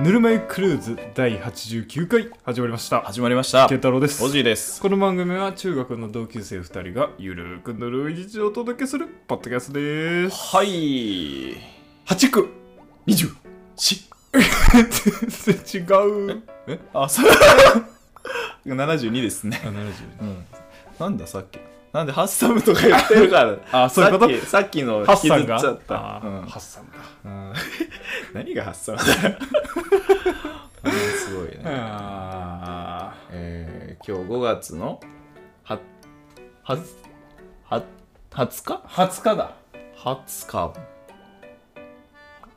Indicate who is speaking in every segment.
Speaker 1: ぬるま湯クルーズ第89回始まりました
Speaker 2: 始まりました
Speaker 1: 慶。太郎です
Speaker 2: おじいです。
Speaker 1: この番組は中学の同級生2人がゆるーくぬるい日常をお届けするポッドキャストです
Speaker 2: はい。八区二十四。
Speaker 1: 全然違うえ
Speaker 2: あ、そう。 七十二ですね。
Speaker 1: あ70
Speaker 2: うん。なんださっき。なんでハッサムとか言ってるから。
Speaker 1: あそういうこと
Speaker 2: さっきさっきの
Speaker 1: ハ
Speaker 2: 引きず
Speaker 1: ッサ
Speaker 2: っ
Speaker 1: ン
Speaker 2: ち
Speaker 1: が
Speaker 2: ゃった
Speaker 1: あ。
Speaker 2: う
Speaker 1: ー
Speaker 2: ん
Speaker 1: ハッサンだ
Speaker 2: うん何がハッサムだよ。 うんすごいね。
Speaker 1: あ
Speaker 2: えー、今日五月のははは二十日？
Speaker 1: ー20日だ
Speaker 2: 二十日。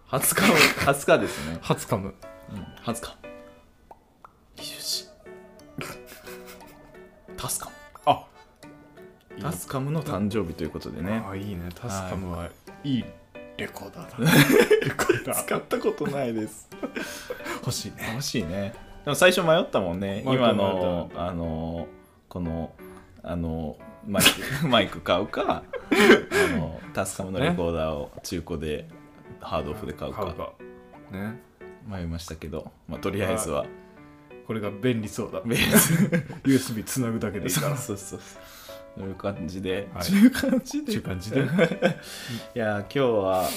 Speaker 2: 二十日二十日ですね。
Speaker 1: 20日も
Speaker 2: ハズか。二十四。タスカム。
Speaker 1: あ
Speaker 2: タスカムの誕生日ということでね。
Speaker 1: あいいねタスカムはいいレコー ダーだレコーダー
Speaker 2: 使ったことないです。
Speaker 1: 欲しい ね
Speaker 2: 欲しいね。でも最初迷ったもんね。
Speaker 1: 迷った
Speaker 2: 今の、あの、この、あの、マイ クマイク買うか、あの、タスカムのレコーダーを中古で、ハードオフで買う
Speaker 1: 買
Speaker 2: か
Speaker 1: うかね
Speaker 2: 迷いましたけど、まあ、とりあえずは、
Speaker 1: これが便利そうだ
Speaker 2: ベース
Speaker 1: USB つなぐだけですから
Speaker 2: そうそうそう。そういう感じで、
Speaker 1: はい
Speaker 2: そういう感じ
Speaker 1: ってい
Speaker 2: で
Speaker 1: う感 じで
Speaker 2: いやー今日は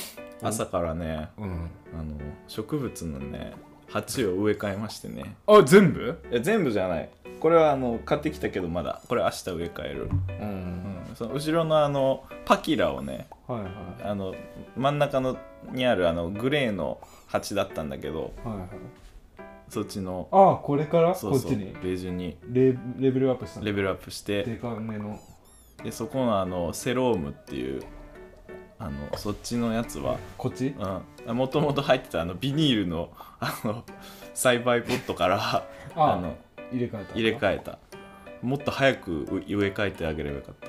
Speaker 2: 朝からね
Speaker 1: うん
Speaker 2: あの植物のね鉢を植え替えましてね
Speaker 1: あ全部
Speaker 2: いや全部じゃないこれはあの買ってきたけどまだこれ明日植え替える、
Speaker 1: う
Speaker 2: うんん、その後ろのあのパキラをね
Speaker 1: はいはい
Speaker 2: あの真ん中のにあるあのグレーの鉢だったんだけど
Speaker 1: はいはい
Speaker 2: そっちの
Speaker 1: あこれから
Speaker 2: そ
Speaker 1: こ
Speaker 2: う
Speaker 1: っ
Speaker 2: そ
Speaker 1: ち
Speaker 2: う
Speaker 1: に
Speaker 2: ベージュに
Speaker 1: レレベルアップしたの
Speaker 2: レベルアップして
Speaker 1: でかめの
Speaker 2: でそこのあのセロームっていうあのそっちのやつは
Speaker 1: こっち
Speaker 2: うん、もともと入ってたあのビニールのあの栽培ポットからあの
Speaker 1: 入れ替えた
Speaker 2: 入れ替えたもっと早くう植え替えてあげればよかった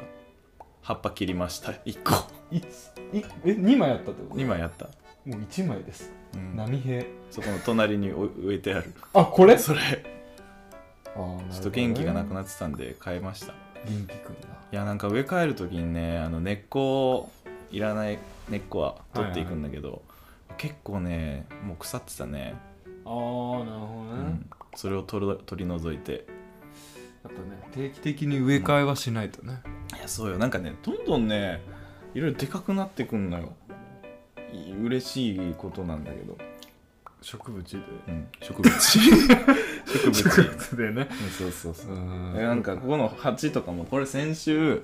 Speaker 2: 葉っぱ切りました1個
Speaker 1: えいついえ2枚あったってこと
Speaker 2: 2枚やった、
Speaker 1: もう1枚です
Speaker 2: うん
Speaker 1: 波平
Speaker 2: そこの隣にお植えてある
Speaker 1: あこれち
Speaker 2: それ
Speaker 1: ょ
Speaker 2: ちょっと元気がなく
Speaker 1: っ
Speaker 2: なってたんで変えましたい
Speaker 1: た元気くんだ
Speaker 2: やなんか植え替える時にねあの根っこいらない根っこは取っていくんだけど、結構ねもう腐ってたね、
Speaker 1: あーなるほ
Speaker 2: う
Speaker 1: どね、
Speaker 2: ん、それを取る取り除いて
Speaker 1: やっぱね定期的に植え替えはしないとね、
Speaker 2: いやそうよなんかねどんどんねいろいろでかくなってくんのよい嬉しいことなんだけど、
Speaker 1: 植物で
Speaker 2: うん、植 物植物
Speaker 1: 植物でね
Speaker 2: うんそうそうそうう、
Speaker 1: ん
Speaker 2: えなんかここの鉢とかもこれ先週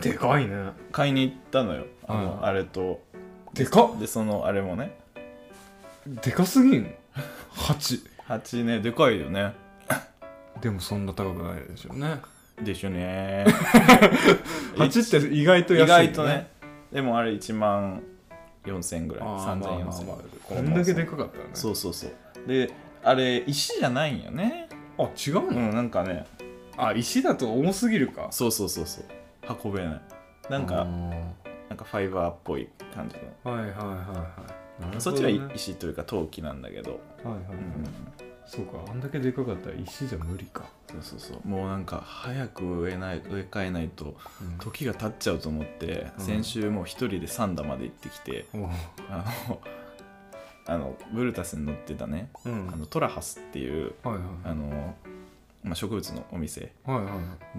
Speaker 1: でかいね
Speaker 2: 買いに行ったのよあの、
Speaker 1: うん
Speaker 2: あれと
Speaker 1: でかっ
Speaker 2: でそのあれもね
Speaker 1: でかすぎん鉢
Speaker 2: 鉢ねでかいよね
Speaker 1: でもそんな高くないでしょうね
Speaker 2: でしょ ね
Speaker 1: 鉢って意外と
Speaker 2: 意
Speaker 1: 安い、
Speaker 2: 外とねでもあれ1万4000ぐらい
Speaker 1: あーまあまあ
Speaker 2: 30004000
Speaker 1: まあ
Speaker 2: こ
Speaker 1: こ
Speaker 2: れ
Speaker 1: んだけでかかったよね
Speaker 2: そうそうそうであれ石じゃないんよね
Speaker 1: あ違うの、
Speaker 2: うんなんかね
Speaker 1: あ石だと重すぎるか
Speaker 2: そうそうそうそう運べないなん
Speaker 1: あ
Speaker 2: か
Speaker 1: ー
Speaker 2: なんかファイバーっぽい感じの、
Speaker 1: はいはいはいはいなるほどね
Speaker 2: そっちは
Speaker 1: はい
Speaker 2: い
Speaker 1: はい
Speaker 2: 石というか陶器なんだけど、
Speaker 1: はい、
Speaker 2: うん
Speaker 1: そうかあんだけでかかったら石じゃ無理か、
Speaker 2: そうそうそうもうなんか早く植えない植え替えないと
Speaker 1: う
Speaker 2: 時が経っちゃうと思って、
Speaker 1: うん
Speaker 2: 先週もう一人で三田まで行ってきて
Speaker 1: ん、
Speaker 2: あの あのブルータスに乗ってたね
Speaker 1: うん
Speaker 2: あのトラハスっていう
Speaker 1: はいはい
Speaker 2: あの、まあ、植物のお店
Speaker 1: はいはい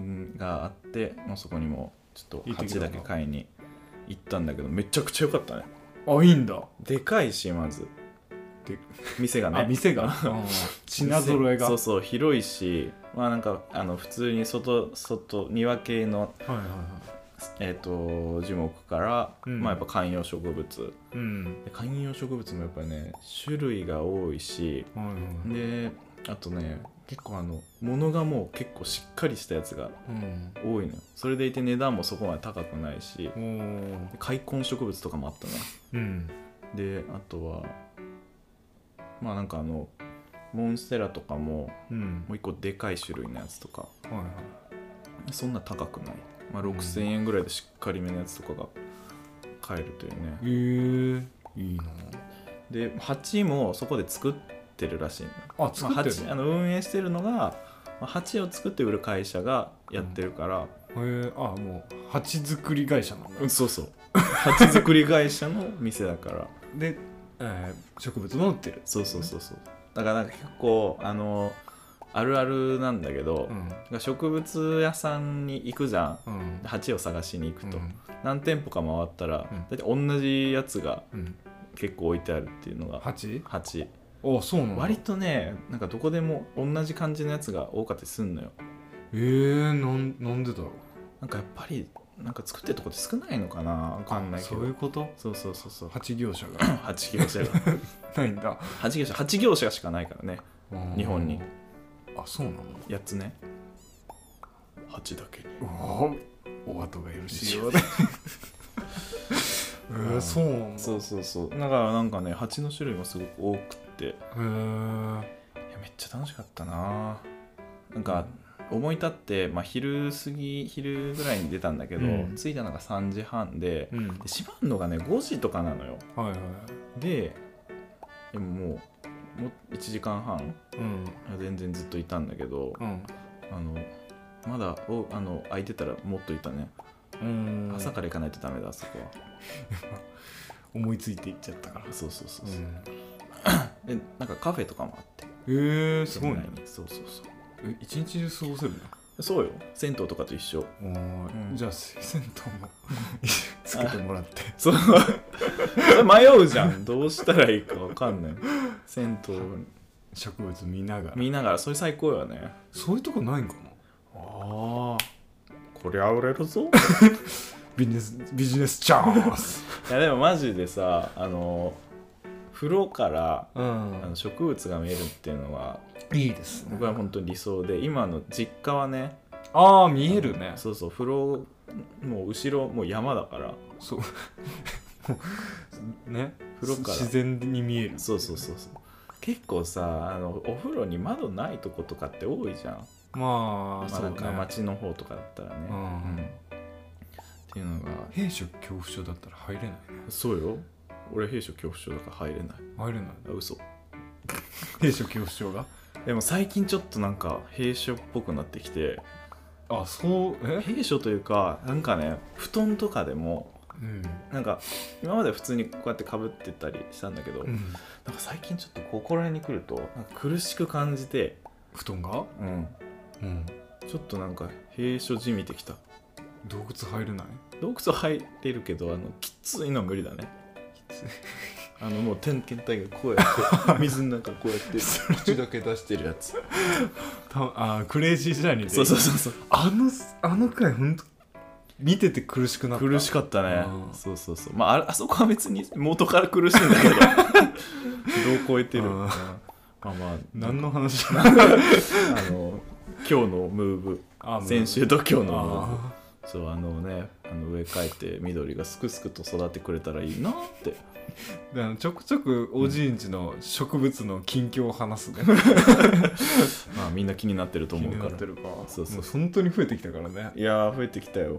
Speaker 2: うんがあってもうそこにもちょっ
Speaker 1: 行
Speaker 2: と
Speaker 1: ってきた
Speaker 2: 鉢
Speaker 1: んだ
Speaker 2: だけ買いに行ったんだけどめちゃくちゃ良かったね
Speaker 1: あいいんだ
Speaker 2: でかいしまず
Speaker 1: で
Speaker 2: 店がね
Speaker 1: あ店が 品揃えが
Speaker 2: そうそう広いしまあなんかあの普通に外外庭系の、
Speaker 1: はいはいはい
Speaker 2: えー、と樹木から、
Speaker 1: うん
Speaker 2: まあやっぱ観葉植物
Speaker 1: うん
Speaker 2: で観葉植物もやっぱりね種類が多いし
Speaker 1: はいはい
Speaker 2: であとね結構あの物がもう結構しっかりしたやつが
Speaker 1: うん
Speaker 2: 多いのよそれでいて値段もそこまで高くないし
Speaker 1: おー
Speaker 2: で開墾植物とかもあったな
Speaker 1: うん
Speaker 2: であとはまあなんかあのモンステラとかも
Speaker 1: うん
Speaker 2: もう一個でかい種類のやつとか
Speaker 1: はいはい
Speaker 2: そんな高くない、まあ、
Speaker 1: うん
Speaker 2: 6000円ぐらいでしっかりめのやつとかが買えるというね
Speaker 1: えー、いいな
Speaker 2: で鉢もそこで作ってるらしいの
Speaker 1: あ
Speaker 2: まあ
Speaker 1: 作ってる
Speaker 2: 鉢あの運営してるのが、まあ、鉢を作って売る会社がやってるから、
Speaker 1: へえあもう鉢作り会社なんだ、
Speaker 2: うんそうそう鉢作り会社の店だから
Speaker 1: で、えー植物も売ってる
Speaker 2: そうそうそうそうだからなんか結構あのあるあるなんだけど、
Speaker 1: うん
Speaker 2: 植物屋さんに行くじゃん
Speaker 1: うん
Speaker 2: 鉢を探しに行くと、
Speaker 1: うん
Speaker 2: 何店舗か回ったら
Speaker 1: うん
Speaker 2: 大体、同じやつが
Speaker 1: うん
Speaker 2: 結構置いてあるっていうのが
Speaker 1: 八
Speaker 2: 鉢
Speaker 1: あそうなの
Speaker 2: 割とねなんかどこでも同じ感じのやつが多かったりすんのよ
Speaker 1: えー、なんなんでだろう
Speaker 2: なんかやっぱりなんか作ってるとこって少ないのかなわかんないけど
Speaker 1: そういうこと
Speaker 2: そうそうそうそう
Speaker 1: 八業者 が
Speaker 2: 8業者が
Speaker 1: ないんだ
Speaker 2: 8業者8業者しかないからね
Speaker 1: うん
Speaker 2: 日本に
Speaker 1: あそうなの
Speaker 2: 8つね8だけに
Speaker 1: おおお後がよろしいようでえ
Speaker 2: う
Speaker 1: ー、
Speaker 2: ん
Speaker 1: そうなんだ
Speaker 2: そうそうそうだからなんかね蜂の種類もすごく多くってい
Speaker 1: へー
Speaker 2: やめっちゃ楽しかったななんか思い立って、まあ、昼過ぎ昼ぐらいに出たんだけど、
Speaker 1: うん
Speaker 2: 着いたのが3時半で
Speaker 1: うん
Speaker 2: で閉まるのがね5時とかなのよ
Speaker 1: はいは
Speaker 2: ででももうもう1時間半
Speaker 1: いうん
Speaker 2: 全然ずっといたんだけど
Speaker 1: うん
Speaker 2: あのまだおあの空いてたらもっといたね
Speaker 1: うん
Speaker 2: 朝から行かないとダメだあそこは
Speaker 1: 思いついていっちゃったから
Speaker 2: そうそうそう
Speaker 1: う
Speaker 2: そ
Speaker 1: ん
Speaker 2: うでなんかカフェとかもあって
Speaker 1: えー、すごいね
Speaker 2: 店内にそうそうそう
Speaker 1: え一日中過ごせる
Speaker 2: そうよ銭湯とかと一緒
Speaker 1: のおー
Speaker 2: うん
Speaker 1: じゃあ水洗とも つけてもらって
Speaker 2: そう迷うじゃんどうしたらいいか分かんない銭湯
Speaker 1: 植物見ながら
Speaker 2: 見ながらそれ最高よね
Speaker 1: そういうとこないんかな
Speaker 2: ああこりゃ売れるぞ
Speaker 1: ビジネスビジネスチャンス
Speaker 2: いやでもマジでさあの風呂から
Speaker 1: う
Speaker 2: あ
Speaker 1: ん
Speaker 2: の植物が見えるっていうのはい
Speaker 1: いです
Speaker 2: 僕は本当に理想で今の実家はね
Speaker 1: ああ見えるね
Speaker 2: そうそう風呂もう後ろもう山だから
Speaker 1: そう ね
Speaker 2: 風呂から
Speaker 1: 自然に見える
Speaker 2: そうそうそうそう結構さあのお風呂に窓ないとことかって多いじゃん
Speaker 1: まあ
Speaker 2: まあ、
Speaker 1: そう
Speaker 2: なんか
Speaker 1: ね
Speaker 2: 街の方とかだったらね、
Speaker 1: うんうん
Speaker 2: っていうのが
Speaker 1: 兵所恐怖症だったら入れないね
Speaker 2: そうよ俺兵所恐怖症だから入れない
Speaker 1: 入 れない
Speaker 2: あ嘘
Speaker 1: 兵所恐怖症が
Speaker 2: でも最近ちょっとなんか兵所っぽくなってきて
Speaker 1: あそうえ
Speaker 2: 兵所というかなんかね布団とかでも
Speaker 1: うん
Speaker 2: なんか今まで普通にこうやってかぶってたりしたんだけど、
Speaker 1: うん
Speaker 2: なんか最近ちょっとここら辺に来るとなんか苦しく感じて、
Speaker 1: 布団が
Speaker 2: うん、
Speaker 1: うん
Speaker 2: ちょっとなんか兵所じみてきた
Speaker 1: 洞窟入れない
Speaker 2: 洞窟入ってるけどあのきついのは無理だねあのもう点検体がこうや って水の中こうやって口だけ出してるやつ
Speaker 1: たあークレイジージャーニーで
Speaker 2: そうそうそうそう
Speaker 1: あのあの回ほんと見てて苦しくなった
Speaker 2: 苦しかったね
Speaker 1: うん
Speaker 2: そうそうそうまああれあそこは別に元から苦しいんだけどどう超えてる
Speaker 1: うん
Speaker 2: まあまあ
Speaker 1: 何の話
Speaker 2: あの今日のムーブ
Speaker 1: あ
Speaker 2: 先週と今日のムーブ
Speaker 1: あ
Speaker 2: そうあのねあの植え替えて緑がすくすくと育ってくれたらいいなって
Speaker 1: ーであのちょくちょくおじいんちの植物の近況を話すね
Speaker 2: まあみんな気になってると
Speaker 1: 気
Speaker 2: 思う
Speaker 1: に
Speaker 2: か
Speaker 1: なっ
Speaker 2: ら
Speaker 1: てるか
Speaker 2: そうそう
Speaker 1: も本当に増えてきたからね
Speaker 2: いやー増えてきたよ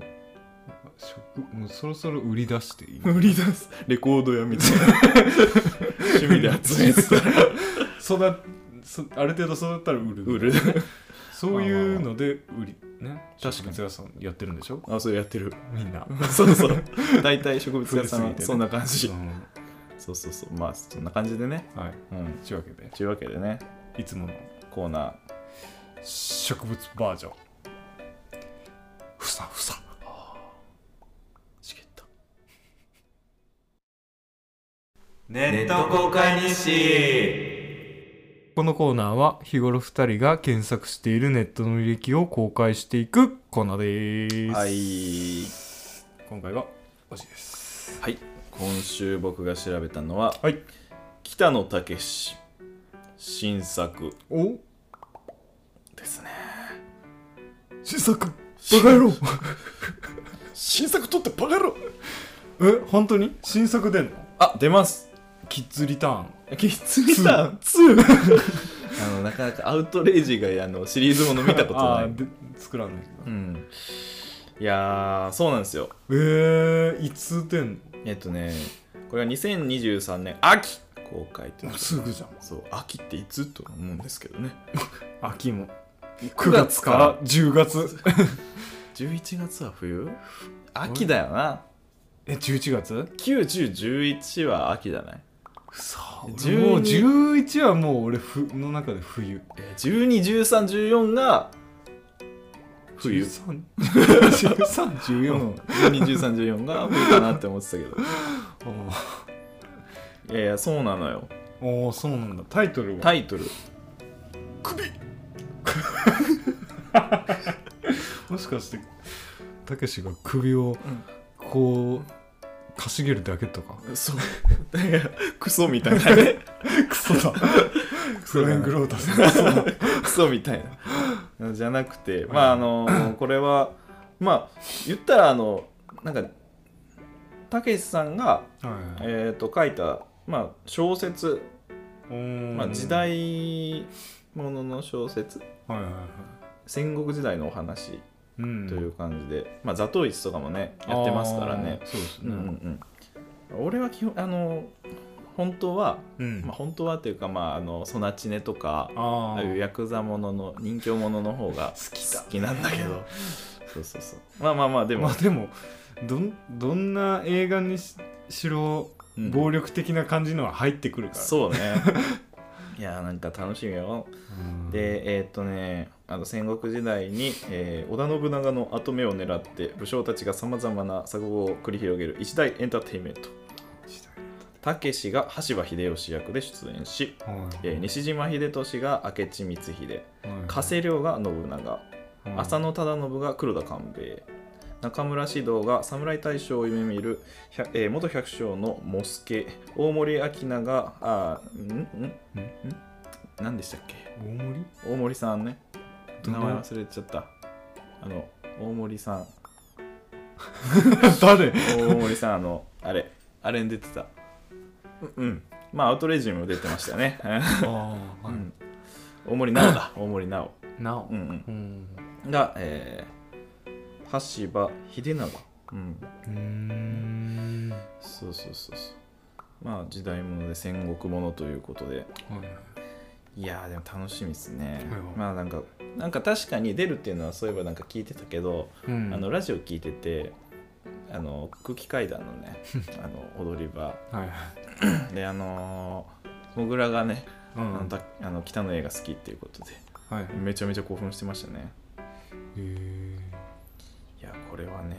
Speaker 1: 食もうそろそろ売り出していい
Speaker 2: 売り出すレコード屋みたいな 趣味で集めてたら
Speaker 1: 育そある程度育ったら売る
Speaker 2: 売る
Speaker 1: そういうので売りね
Speaker 2: 確かに
Speaker 1: 植物屋さんやってるんでしょ
Speaker 2: あそれやってる
Speaker 1: みんな、
Speaker 2: そうそう大体植物屋さん
Speaker 1: 古すぎ
Speaker 2: は
Speaker 1: てね
Speaker 2: そんな感じ、
Speaker 1: うん
Speaker 2: そうそうそうまあそんな感じでね
Speaker 1: はい
Speaker 2: うん
Speaker 1: というわけで
Speaker 2: というわけでね
Speaker 1: いつもの
Speaker 2: コーナー
Speaker 1: 植物バージョンふさふさ
Speaker 2: チケット
Speaker 3: ネット公開日誌
Speaker 1: このコーナーは日頃2人が検索しているネットの履歴を公開していくコーナーです、
Speaker 2: はい
Speaker 1: 今回は推しです
Speaker 2: はい今週僕が調べたのは
Speaker 1: はい
Speaker 2: 北野武新作
Speaker 1: お
Speaker 2: ですね
Speaker 1: 新作バカ 野郎
Speaker 2: 新作撮ってバカ野郎
Speaker 1: え本当に新作出んの
Speaker 2: あ出ます
Speaker 1: キッズリターン
Speaker 2: キッズリターン2あのなかなかアウトレイジがあのシリーズもの見たことな
Speaker 1: あ
Speaker 2: い
Speaker 1: ーで作らないけ
Speaker 2: うん、いやーそうなんですよ
Speaker 1: どえー、いつ出ん
Speaker 2: えっとねこれは2023年秋公開っていう
Speaker 1: のすぐじゃん
Speaker 2: そう秋っていつと思うんですけどね
Speaker 1: 秋も9
Speaker 2: 9
Speaker 1: 月
Speaker 2: 月
Speaker 1: か
Speaker 2: からら
Speaker 1: 10月
Speaker 2: 11月は冬秋だよな
Speaker 1: え11月
Speaker 2: 91011は秋じゃない
Speaker 1: さあ俺
Speaker 2: 12
Speaker 1: もう11はもう俺ふの中で冬
Speaker 2: 121314が冬
Speaker 1: 1314
Speaker 2: 121314が冬かなって思ってたけどいやいやそうなのよ
Speaker 1: おおそうなんだタイトルは
Speaker 2: タイトル
Speaker 1: もしかしてたけしが首をこうかしげるだけとか
Speaker 2: そう だからクソみたいなね
Speaker 1: クソだ
Speaker 2: ソだ
Speaker 1: フレンク・ロータスのクソだ
Speaker 2: クソみたいなじゃなくてまああのこれはまあ言ったらあのなんかたけしさんが、
Speaker 1: はい
Speaker 2: えー、と書いた、まあ、小説、まあ、時代ものの小説
Speaker 1: はいはいはい
Speaker 2: 戦国時代のお話
Speaker 1: うん
Speaker 2: という感じで、まあ、ザトウイチとかもねやってますからね
Speaker 1: あーそうです
Speaker 2: うんう
Speaker 1: ね
Speaker 2: んうん、俺は基本あの本当は、
Speaker 1: うん
Speaker 2: まあ、本当はっていうか、まあ、あのソナチネとか
Speaker 1: あ
Speaker 2: ああいうヤクザものの人形ものの方が
Speaker 1: 好きだ
Speaker 2: 好きなんだけどそうそうそうまあまあまあで
Speaker 1: で
Speaker 2: も、
Speaker 1: まあでもどんどんな映画にししろ
Speaker 2: うん
Speaker 1: 暴力的な感じのは入ってくるから、
Speaker 2: そうね いやーなんか楽しみよ
Speaker 1: うん
Speaker 2: でえーっとねあの戦国時代に、えー織田信長の跡目を狙って武将たちがさまざまな作法を繰り広げる一大エンターテインメントたけしが羽柴秀吉役で出演し、
Speaker 1: はい
Speaker 2: えー西島秀俊が明智光秀
Speaker 1: はい
Speaker 2: 加瀬亮が信長
Speaker 1: うん
Speaker 2: 浅野忠信が黒田官兵衛中村獅童が侍大将を夢見る、ひゃえー元百姓のモスケ大森明菜があーんん
Speaker 1: ん
Speaker 2: ん何でしたっけ
Speaker 1: 大盛り
Speaker 2: 大森さんね
Speaker 1: ど
Speaker 2: 名
Speaker 1: の
Speaker 2: 前忘れちゃったあの大森さん
Speaker 1: 誰
Speaker 2: 大森さんあの あれあれに出てたうん、うん、まあアウトレイジにも出てましたよ ね、
Speaker 1: ああ、
Speaker 2: う
Speaker 1: はい
Speaker 2: ん、大森奈緒だ大森奈
Speaker 1: なお
Speaker 2: 緒、うんうん、
Speaker 1: うん
Speaker 2: が、えー、羽柴秀長、うん、
Speaker 1: うーんは
Speaker 2: そうそうそうそうまあ時代物で戦国物ということでいやーでも楽しみですね、
Speaker 1: はいはい
Speaker 2: まあなんかなんか確かに出るっていうのはそういえばなんか聞いてたけど、
Speaker 1: い、うん、
Speaker 2: あのラジオ聞いててあの空気階段のねあの踊り場
Speaker 1: はい
Speaker 2: であのー、もぐらがね、
Speaker 1: う
Speaker 2: あの
Speaker 1: ん
Speaker 2: たあの北の映画好きっていうことで
Speaker 1: はいへ
Speaker 2: めちゃめちゃ興奮してましたね
Speaker 1: え
Speaker 2: いやこれはね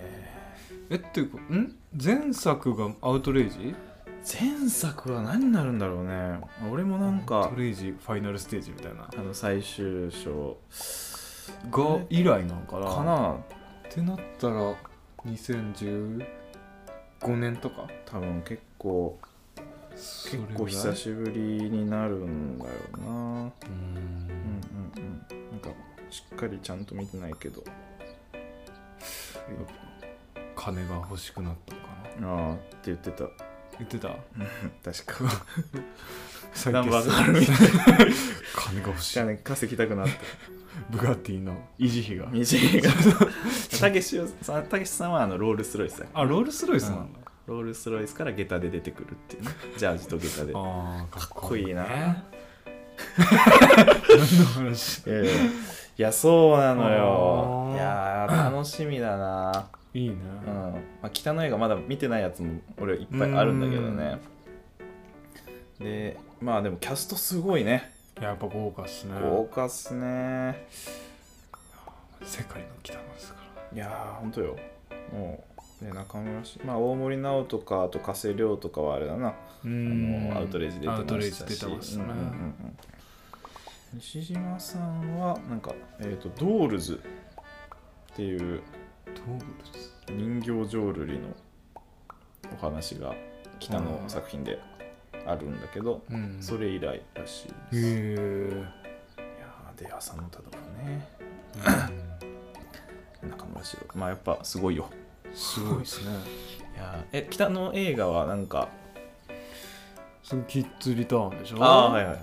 Speaker 1: えっていうかん前作がアウトレイジ
Speaker 2: 前作は何になるんだろうね俺もなん
Speaker 1: アウ
Speaker 2: か
Speaker 1: トレイジファイナルステージみたいな
Speaker 2: あの最終章
Speaker 1: が以来なんかな
Speaker 2: かな
Speaker 1: ってなったら2015年とか
Speaker 2: 多分結構
Speaker 1: 結
Speaker 2: 結構久しぶりになるんだよなうん
Speaker 1: ぶりうん
Speaker 2: うんうんなんかしっかりちゃんと見てないけど
Speaker 1: 金が欲しくなったのかな
Speaker 2: ああって言ってた
Speaker 1: 言ってた
Speaker 2: 確か
Speaker 1: 最
Speaker 2: ナンバーがあ
Speaker 1: 近
Speaker 2: るみたい
Speaker 1: 金が欲しい
Speaker 2: じゃあね稼ぎたくなって
Speaker 1: ブガッティの維持費が
Speaker 2: 短いがたけしをさたけしさんはあのロールスロイスだ
Speaker 1: あロールスロイスなんだ
Speaker 2: ロールスロイスから下駄で出てくるっていうねジャージと下駄で
Speaker 1: ああか
Speaker 2: かっ
Speaker 1: っ
Speaker 2: こいいな
Speaker 1: ね何の話
Speaker 2: いやいやいやそうなの
Speaker 1: あ
Speaker 2: よ
Speaker 1: ー
Speaker 2: いやー楽しみだな、
Speaker 1: いい
Speaker 2: うん
Speaker 1: な
Speaker 2: まあ、北の映画まだ見てないやつも俺いっぱいあるんだけどねでまあでもキャストすごいね
Speaker 1: やっぱ豪華っすね
Speaker 2: 豪華っすね
Speaker 1: 世界の北なんですか
Speaker 2: いやーほんとよもうで中村氏まあ大森直とかあと加瀬亮とかはあれだな
Speaker 1: ら
Speaker 2: あのアウトレイジ出て
Speaker 1: ア
Speaker 2: ま
Speaker 1: ウトレイ
Speaker 2: し
Speaker 1: ジ
Speaker 2: た
Speaker 1: 出
Speaker 2: して
Speaker 1: ました
Speaker 2: うん
Speaker 1: ね
Speaker 2: うんうんうん西島さんはなんか、えー、とドールズっていう
Speaker 1: どうです
Speaker 2: 人形浄瑠璃のお話が北の作品であるんだけど、
Speaker 1: うん
Speaker 2: それ以来らしいです、い
Speaker 1: へえ
Speaker 2: やーで浅野忠信ね中村獅童まあやっぱすごいよ
Speaker 1: すごいですね
Speaker 2: いやーえ北の映画はなんか
Speaker 1: そのキッズリターンでしょ
Speaker 2: あーはいはい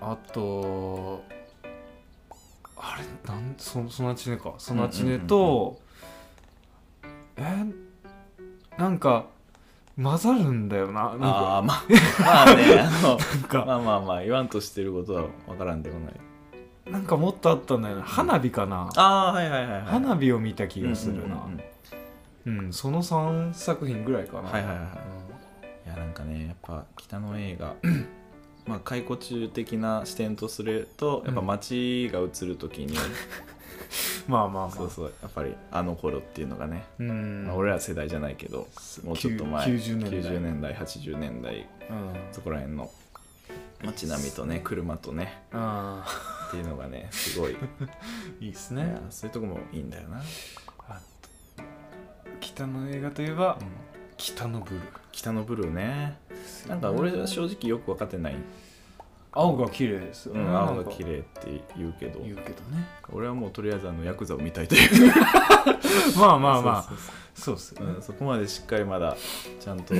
Speaker 1: あとあれなんそソナチネかソナチネと、えなんか混ざるんだよななん
Speaker 2: あ
Speaker 1: か
Speaker 2: あまあまあねあの
Speaker 1: なんか
Speaker 2: まあまあまあ言わんとしてることはわからんでもない
Speaker 1: なんかもっとあったんだよな花火かな
Speaker 2: ああはいはいはい、はい、
Speaker 1: 花火を見た気がするな
Speaker 2: うんうんうんうん
Speaker 1: うんその3作品ぐらいかな
Speaker 2: はいはいはい
Speaker 1: うん
Speaker 2: いややなんかねやっぱ北の映画 まあ解雇中的な視点とするとやっぱ街が映る時 に、
Speaker 1: まあまあまあ
Speaker 2: そうそうやっぱりあの頃っていうのがね、
Speaker 1: うん
Speaker 2: まあ俺ら世代じゃないけどもうちょっと前
Speaker 1: 90年代
Speaker 2: 90年代80年代
Speaker 1: うん
Speaker 2: そこら辺の街並みとね車とね
Speaker 1: あ
Speaker 2: っていうのがねす ごいい
Speaker 1: ーいいです
Speaker 2: や
Speaker 1: ね
Speaker 2: そういうとこもいいんだよな、
Speaker 1: あと北の映画といえば
Speaker 2: うん
Speaker 1: 北のブル
Speaker 2: 北のブルーね
Speaker 1: ー
Speaker 2: なんか俺は正直よく分かってない、
Speaker 1: 青が綺麗ですよ
Speaker 2: う
Speaker 1: ね
Speaker 2: ん、青が
Speaker 1: なんか
Speaker 2: 綺麗って言うけど
Speaker 1: 言うけど ね
Speaker 2: 俺はもうとりあえずあのヤクザを見たいという
Speaker 1: まあまあま
Speaker 2: そう
Speaker 1: あそうっすよ
Speaker 2: そうそうう
Speaker 1: ね
Speaker 2: んそこまでしっかりまだちゃん と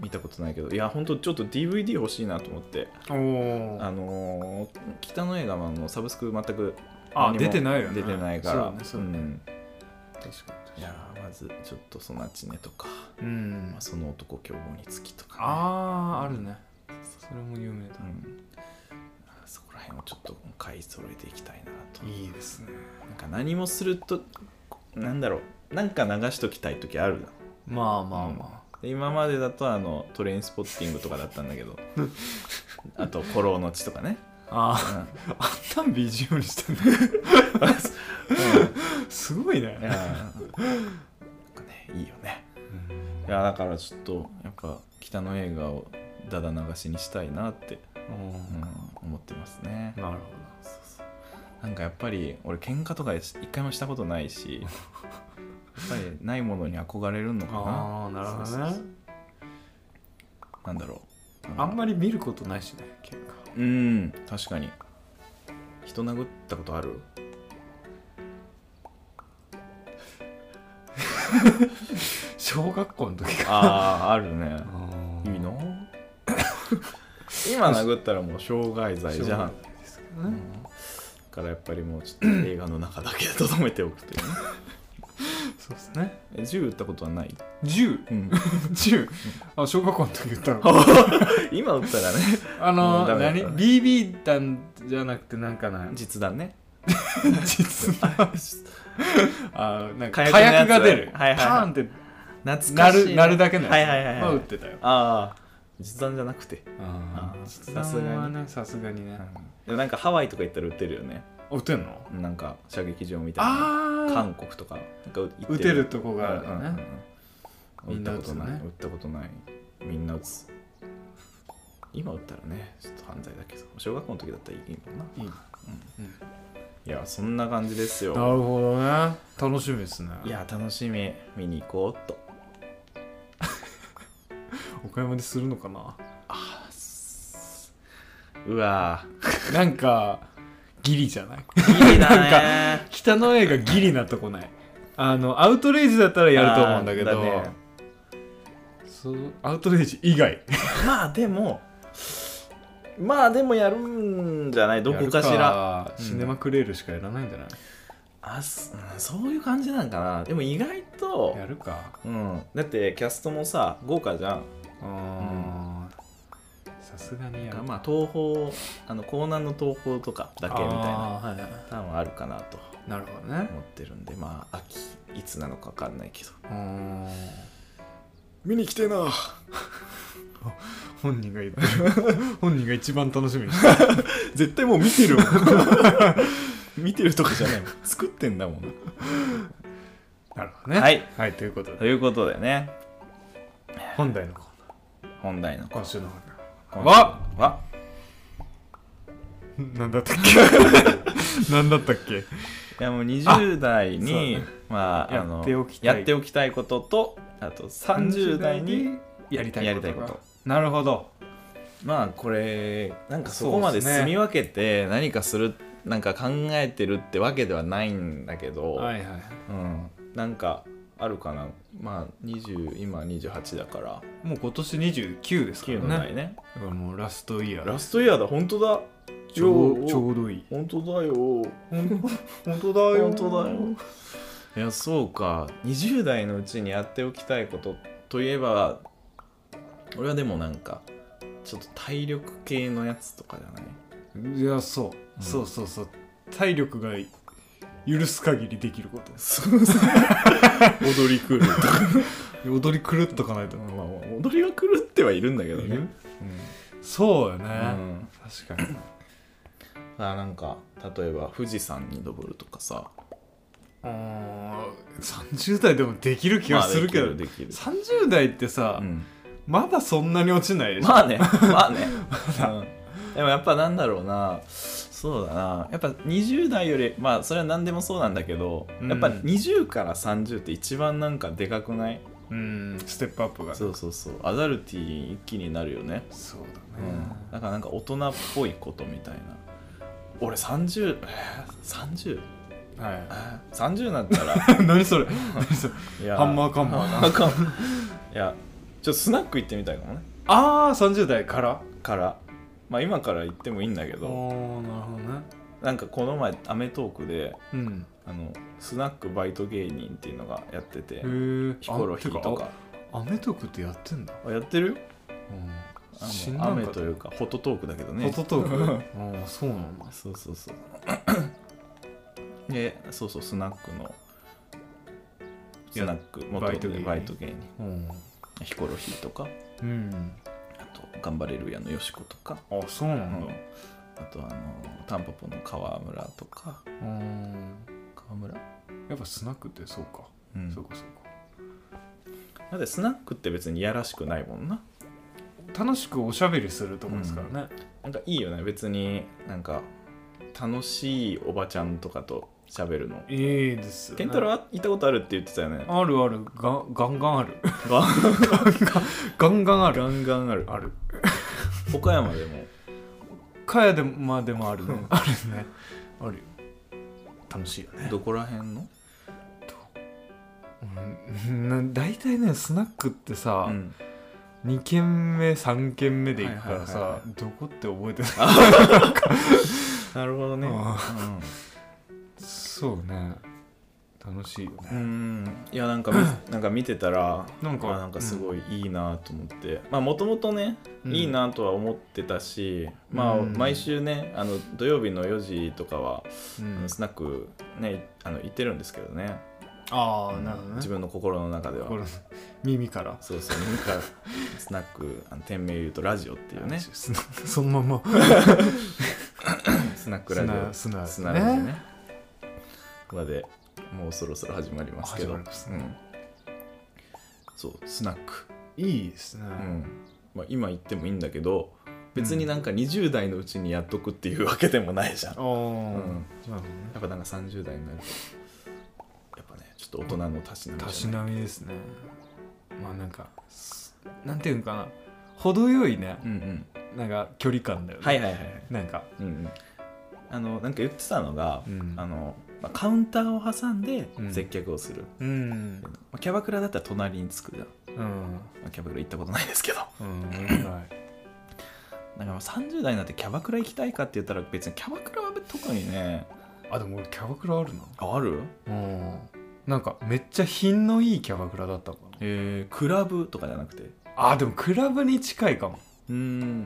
Speaker 2: 見たことないけどいやほんとちょっと DVD 欲しいなと思って
Speaker 1: おお
Speaker 2: あのー北の映画はもうサブスク全く
Speaker 1: あ
Speaker 2: 何も
Speaker 1: 出てないよね
Speaker 2: 出てないから
Speaker 1: そうねそうね
Speaker 2: ん
Speaker 1: 確か
Speaker 2: いやーまずちょっと「ソナチネ」とか、
Speaker 1: にうん
Speaker 2: まあ、その男凶暴につき」とか、
Speaker 1: あああるねそれも有名だ
Speaker 2: うんそこら辺をちょっと買い揃えていきたいなと
Speaker 1: いいですね
Speaker 2: なんか何もするとなんだろうなんか流しときたい時あるな
Speaker 1: まあまあま
Speaker 2: で今までだとあのトレインスポッティングとかだったんだけどあと「古老の地」とかね、
Speaker 1: ああ
Speaker 2: う
Speaker 1: あんなん BGM にしてんの すごい
Speaker 2: ん、いやー
Speaker 1: ね
Speaker 2: なんかねいいよねいやだからちょっとやっぱ北の映画をだだ流しにしたいなって、うん思ってますね
Speaker 1: うんなるほ
Speaker 2: なんかやっぱり俺喧嘩とか一回もしたことないしやっぱりないものに憧れるのか
Speaker 1: ど
Speaker 2: な
Speaker 1: ああなるほ
Speaker 2: そう
Speaker 1: ど
Speaker 2: そう
Speaker 1: ね
Speaker 2: そうなんだろう
Speaker 1: あんまり見ることないしね結構
Speaker 2: うん確かに人殴ったことある
Speaker 1: 小学校の時か
Speaker 2: ああある ね
Speaker 1: あ
Speaker 2: いいの今殴ったらもう傷害罪じゃん
Speaker 1: ですけどね
Speaker 2: だからやっぱりもうちょっと映画の中だけでとどめておくというね
Speaker 1: そうですね
Speaker 2: え銃撃ったことはない、
Speaker 1: 銃
Speaker 2: うん、
Speaker 1: 銃あ小学校の時言ったの
Speaker 2: 今撃ったらね
Speaker 1: あの
Speaker 2: うんダメだった
Speaker 1: 何 BB 弾じゃなくてなんか な
Speaker 2: 実弾ね
Speaker 1: 実の あなんか
Speaker 2: 火
Speaker 1: 火
Speaker 2: 薬のやつ
Speaker 1: 薬が出るパ
Speaker 2: はいはいはい
Speaker 1: ーンって
Speaker 2: 懐
Speaker 1: な
Speaker 2: かしい
Speaker 1: るなるだけのやつ
Speaker 2: はいはいはいはい
Speaker 1: まあ打ってたよ
Speaker 2: ああ実弾じゃなくて、
Speaker 1: あ
Speaker 2: ー
Speaker 1: ー実弾はねさすがにね
Speaker 2: でもなんかハワイとか行ったら撃てるよね
Speaker 1: あ打てんの
Speaker 2: なんか射撃場みたいな
Speaker 1: あ
Speaker 2: 韓国とかなんか撃
Speaker 1: あ打てる
Speaker 2: と
Speaker 1: とこがあるのね
Speaker 2: 撃
Speaker 1: み
Speaker 2: っ
Speaker 1: ん
Speaker 2: た
Speaker 1: な
Speaker 2: こ
Speaker 1: 撃つ
Speaker 2: と
Speaker 1: の
Speaker 2: ない
Speaker 1: ね
Speaker 2: 撃ったことないみんな撃つ今撃ったらねちょっと犯罪だけど小学校の時だったらいいもんない
Speaker 1: い
Speaker 2: いやそんな感じです
Speaker 1: な
Speaker 2: よ
Speaker 1: るほどね楽しみですね
Speaker 2: いや楽しみ見に行こうっと
Speaker 1: 岡山でするのかな
Speaker 2: うわ
Speaker 1: なんかギリじゃない
Speaker 2: ーいい
Speaker 1: なん
Speaker 2: なー
Speaker 1: 北の映画ギリなとこないあのアウトレイジだったらやると思うんだけ
Speaker 2: あ
Speaker 1: ど
Speaker 2: ーね
Speaker 1: そうアウトレイジ以外
Speaker 2: まあでもまあでもやるんじゃないどこかし
Speaker 1: やる
Speaker 2: ら
Speaker 1: かシネマクレールしかやらないんじゃない、
Speaker 2: あすうんそういう感じなんかなでも意外と
Speaker 1: やるか
Speaker 2: うん、だってキャストもさ豪華じゃん
Speaker 1: あーさすがにやる
Speaker 2: まあ東宝あの江南の東宝とかだけみたいな
Speaker 1: あーはいはい
Speaker 2: 多分あるかなと
Speaker 1: なるほどね
Speaker 2: 思ってるんでまあ秋いつなのか分かんないけど
Speaker 1: うーん
Speaker 2: 見に来てえな
Speaker 1: 本人が言ってる 本人が一番楽しみにしてる
Speaker 2: 絶対もう見て るもん見てるとかじゃ ないもん作ってんだもん
Speaker 1: なるほどね
Speaker 2: はい、
Speaker 1: ということで
Speaker 2: ということでね
Speaker 1: 本題のコーナー
Speaker 2: 本題の
Speaker 1: 今週の本題
Speaker 2: わわ
Speaker 1: 何だったっけ 何だったっけ
Speaker 2: いやもう20代
Speaker 1: そ
Speaker 2: に
Speaker 1: うだ
Speaker 2: まああの
Speaker 1: やっておきたい
Speaker 2: やっておきたいこととあと30代に
Speaker 1: やりたいこと
Speaker 2: やりたいこと
Speaker 1: なるほど
Speaker 2: まあこれなんかそこまで住み分けて何かするなんか考えてるってわけではないんだけど、
Speaker 1: はいはい
Speaker 2: うん、なんかあるかなまあ20今28だから
Speaker 1: もう今年29ですか
Speaker 2: 9
Speaker 1: ら
Speaker 2: の
Speaker 1: ね
Speaker 2: 代ね
Speaker 1: だからもうラストイヤー
Speaker 2: ラストイヤーだ本当だ
Speaker 1: ちょうちょうどいい
Speaker 2: 本当だよ
Speaker 1: 本当だ
Speaker 2: 本当だよいやそうか20代のうちにやっておきたいことといえば俺はでもなんかちょっと体力系のやつとかじゃない
Speaker 1: いやそう、
Speaker 2: ん
Speaker 1: そうそうそう体力が許す限りできること
Speaker 2: そうそう踊り狂うとか
Speaker 1: 踊り狂っとかないと
Speaker 2: まあまあ踊戻りは狂ってはいるんだけど
Speaker 1: い
Speaker 2: ね、
Speaker 1: るそうよ
Speaker 2: う
Speaker 1: ね、
Speaker 2: ん
Speaker 1: 確かに
Speaker 2: あなんか例えば富士山に登るとかさ
Speaker 1: うーん30代でもできる気がするけど、
Speaker 2: まあできるでき
Speaker 1: 30代ってさ、
Speaker 2: る、うん
Speaker 1: まだそんなに落ちないでしょ、
Speaker 2: まあねまあね、 うんでもやっぱなんだろうなそうだなやっぱ20代よりまあそれは何でもそうなんだけど、
Speaker 1: うん
Speaker 2: やっぱ20から30って一番なんかでかくない
Speaker 1: うんステップアップが
Speaker 2: そうそうそうアダルティー一気になるよね
Speaker 1: そうだね、
Speaker 2: うんだからなんか大人っぽいことみたいな俺30えー、
Speaker 1: はい
Speaker 2: 30?30 なんたら
Speaker 1: 何それ何そ れ
Speaker 2: いや
Speaker 1: ハンマーカンマーな
Speaker 2: ハンマーカンマーいやちょっとスナック行ってみたいかもね
Speaker 1: ああ30代から
Speaker 2: からまあ今から行ってもいいんだけ
Speaker 1: お
Speaker 2: ど
Speaker 1: おなるほどね
Speaker 2: なんかこの前『アメトーク』で
Speaker 1: うん
Speaker 2: あのスナックバイト芸人っていうのがやってて
Speaker 1: へえ
Speaker 2: ヒコロヒーとか
Speaker 1: アメトークってやってんだ、
Speaker 2: あやってる
Speaker 1: うん、
Speaker 2: あ
Speaker 1: 死ん
Speaker 2: の
Speaker 1: だん
Speaker 2: 雨
Speaker 1: か
Speaker 2: というかホットトークだけどね
Speaker 1: ホットトークああそうなんだ
Speaker 2: そうそうそうでそうそうスナックのスナック元
Speaker 1: バイト芸人
Speaker 2: バイト芸人
Speaker 1: うん、
Speaker 2: ヒコロヒーとか
Speaker 1: うん、
Speaker 2: あと頑張れるやのよしことか、
Speaker 1: あそうな
Speaker 2: うん
Speaker 1: だ
Speaker 2: あとあのタンポポの川村とか
Speaker 1: うん
Speaker 2: 川村、
Speaker 1: やっぱスナックってそうか、
Speaker 2: うん、
Speaker 1: そうかそう
Speaker 2: だってスナックって別にいやらしくないもんな
Speaker 1: か楽しくおしゃべりするとこですからね、
Speaker 2: なんかいいよね別になんか楽しいおばちゃんとかと喋るの
Speaker 1: いいですよ、ね、
Speaker 2: 健太郎は行ったことあるって言ってたよね
Speaker 1: あるあるがガンガンある
Speaker 2: ガ
Speaker 1: ガンガンある
Speaker 2: ンガンある
Speaker 1: ある
Speaker 2: 岡山でも
Speaker 1: かやでもまあでもあるねあるねあるよ楽しいよね
Speaker 2: どこら辺の
Speaker 1: うんな大体ねスナックってさ、
Speaker 2: うん
Speaker 1: 2軒目3軒目で行くから
Speaker 2: は
Speaker 1: さ、
Speaker 2: いはいはいは
Speaker 1: どこって覚えてない
Speaker 2: なるほどね
Speaker 1: あそうね楽しいよね
Speaker 2: うん、うんいやなんか みなんか見てたら
Speaker 1: なんか
Speaker 2: あなんかすごいいいなと思って、まあもともとね
Speaker 1: うん
Speaker 2: いいなとは思ってたし、まあ
Speaker 1: うん
Speaker 2: 毎週ねあの土曜日の4時とかは、
Speaker 1: うん
Speaker 2: あのスナックねあの行ってるんですけどね
Speaker 1: ああ
Speaker 2: うん
Speaker 1: なるほどね
Speaker 2: 自分の心の中では
Speaker 1: これ耳から
Speaker 2: そうそう耳から スナックあの店名言うとラジオっていうね
Speaker 1: スナ そのまま
Speaker 2: スナックラジオ
Speaker 1: スナス
Speaker 2: スナ
Speaker 1: ナ
Speaker 2: ラジねまでもうそろそろ始まりますけ
Speaker 1: 始
Speaker 2: ど
Speaker 1: まりますね
Speaker 2: うんそうスナック、
Speaker 1: いいですね、
Speaker 2: うんまあ、今行ってもいいんだけど別になんか20代のうちにやっとくっていうわけでもないじゃん、
Speaker 1: あ
Speaker 2: や
Speaker 1: あ、
Speaker 2: うん
Speaker 1: なるほどね
Speaker 2: っぱなんか30代になるとやっぱねちょっと大人のたしなみじゃ
Speaker 1: た
Speaker 2: ない
Speaker 1: しなみですねまあなんかすなんていうんかな程よいね
Speaker 2: うんうん
Speaker 1: なんか距離感だよね
Speaker 2: はいはいはいはい
Speaker 1: なんか
Speaker 2: うんうんあのなんか言ってたのが、
Speaker 1: うん
Speaker 2: あのまあカウンターを挟んで
Speaker 1: うん
Speaker 2: 接客をする、
Speaker 1: うん
Speaker 2: まあキャバクラだったら隣につくじゃん、
Speaker 1: うん
Speaker 2: まあキャバクラ行ったことないですけど
Speaker 1: うんは
Speaker 2: な
Speaker 1: い
Speaker 2: んかまあ30代になってキャバクラ行きたいかって言ったら別にキャバクラは特にね
Speaker 1: あでも俺キャバクラあるな
Speaker 2: ある
Speaker 1: うんなんかめっちゃ品のいいキャバクラだったかな
Speaker 2: えー、クラブとかじゃなくて
Speaker 1: あでもクラブに近いかも
Speaker 2: うん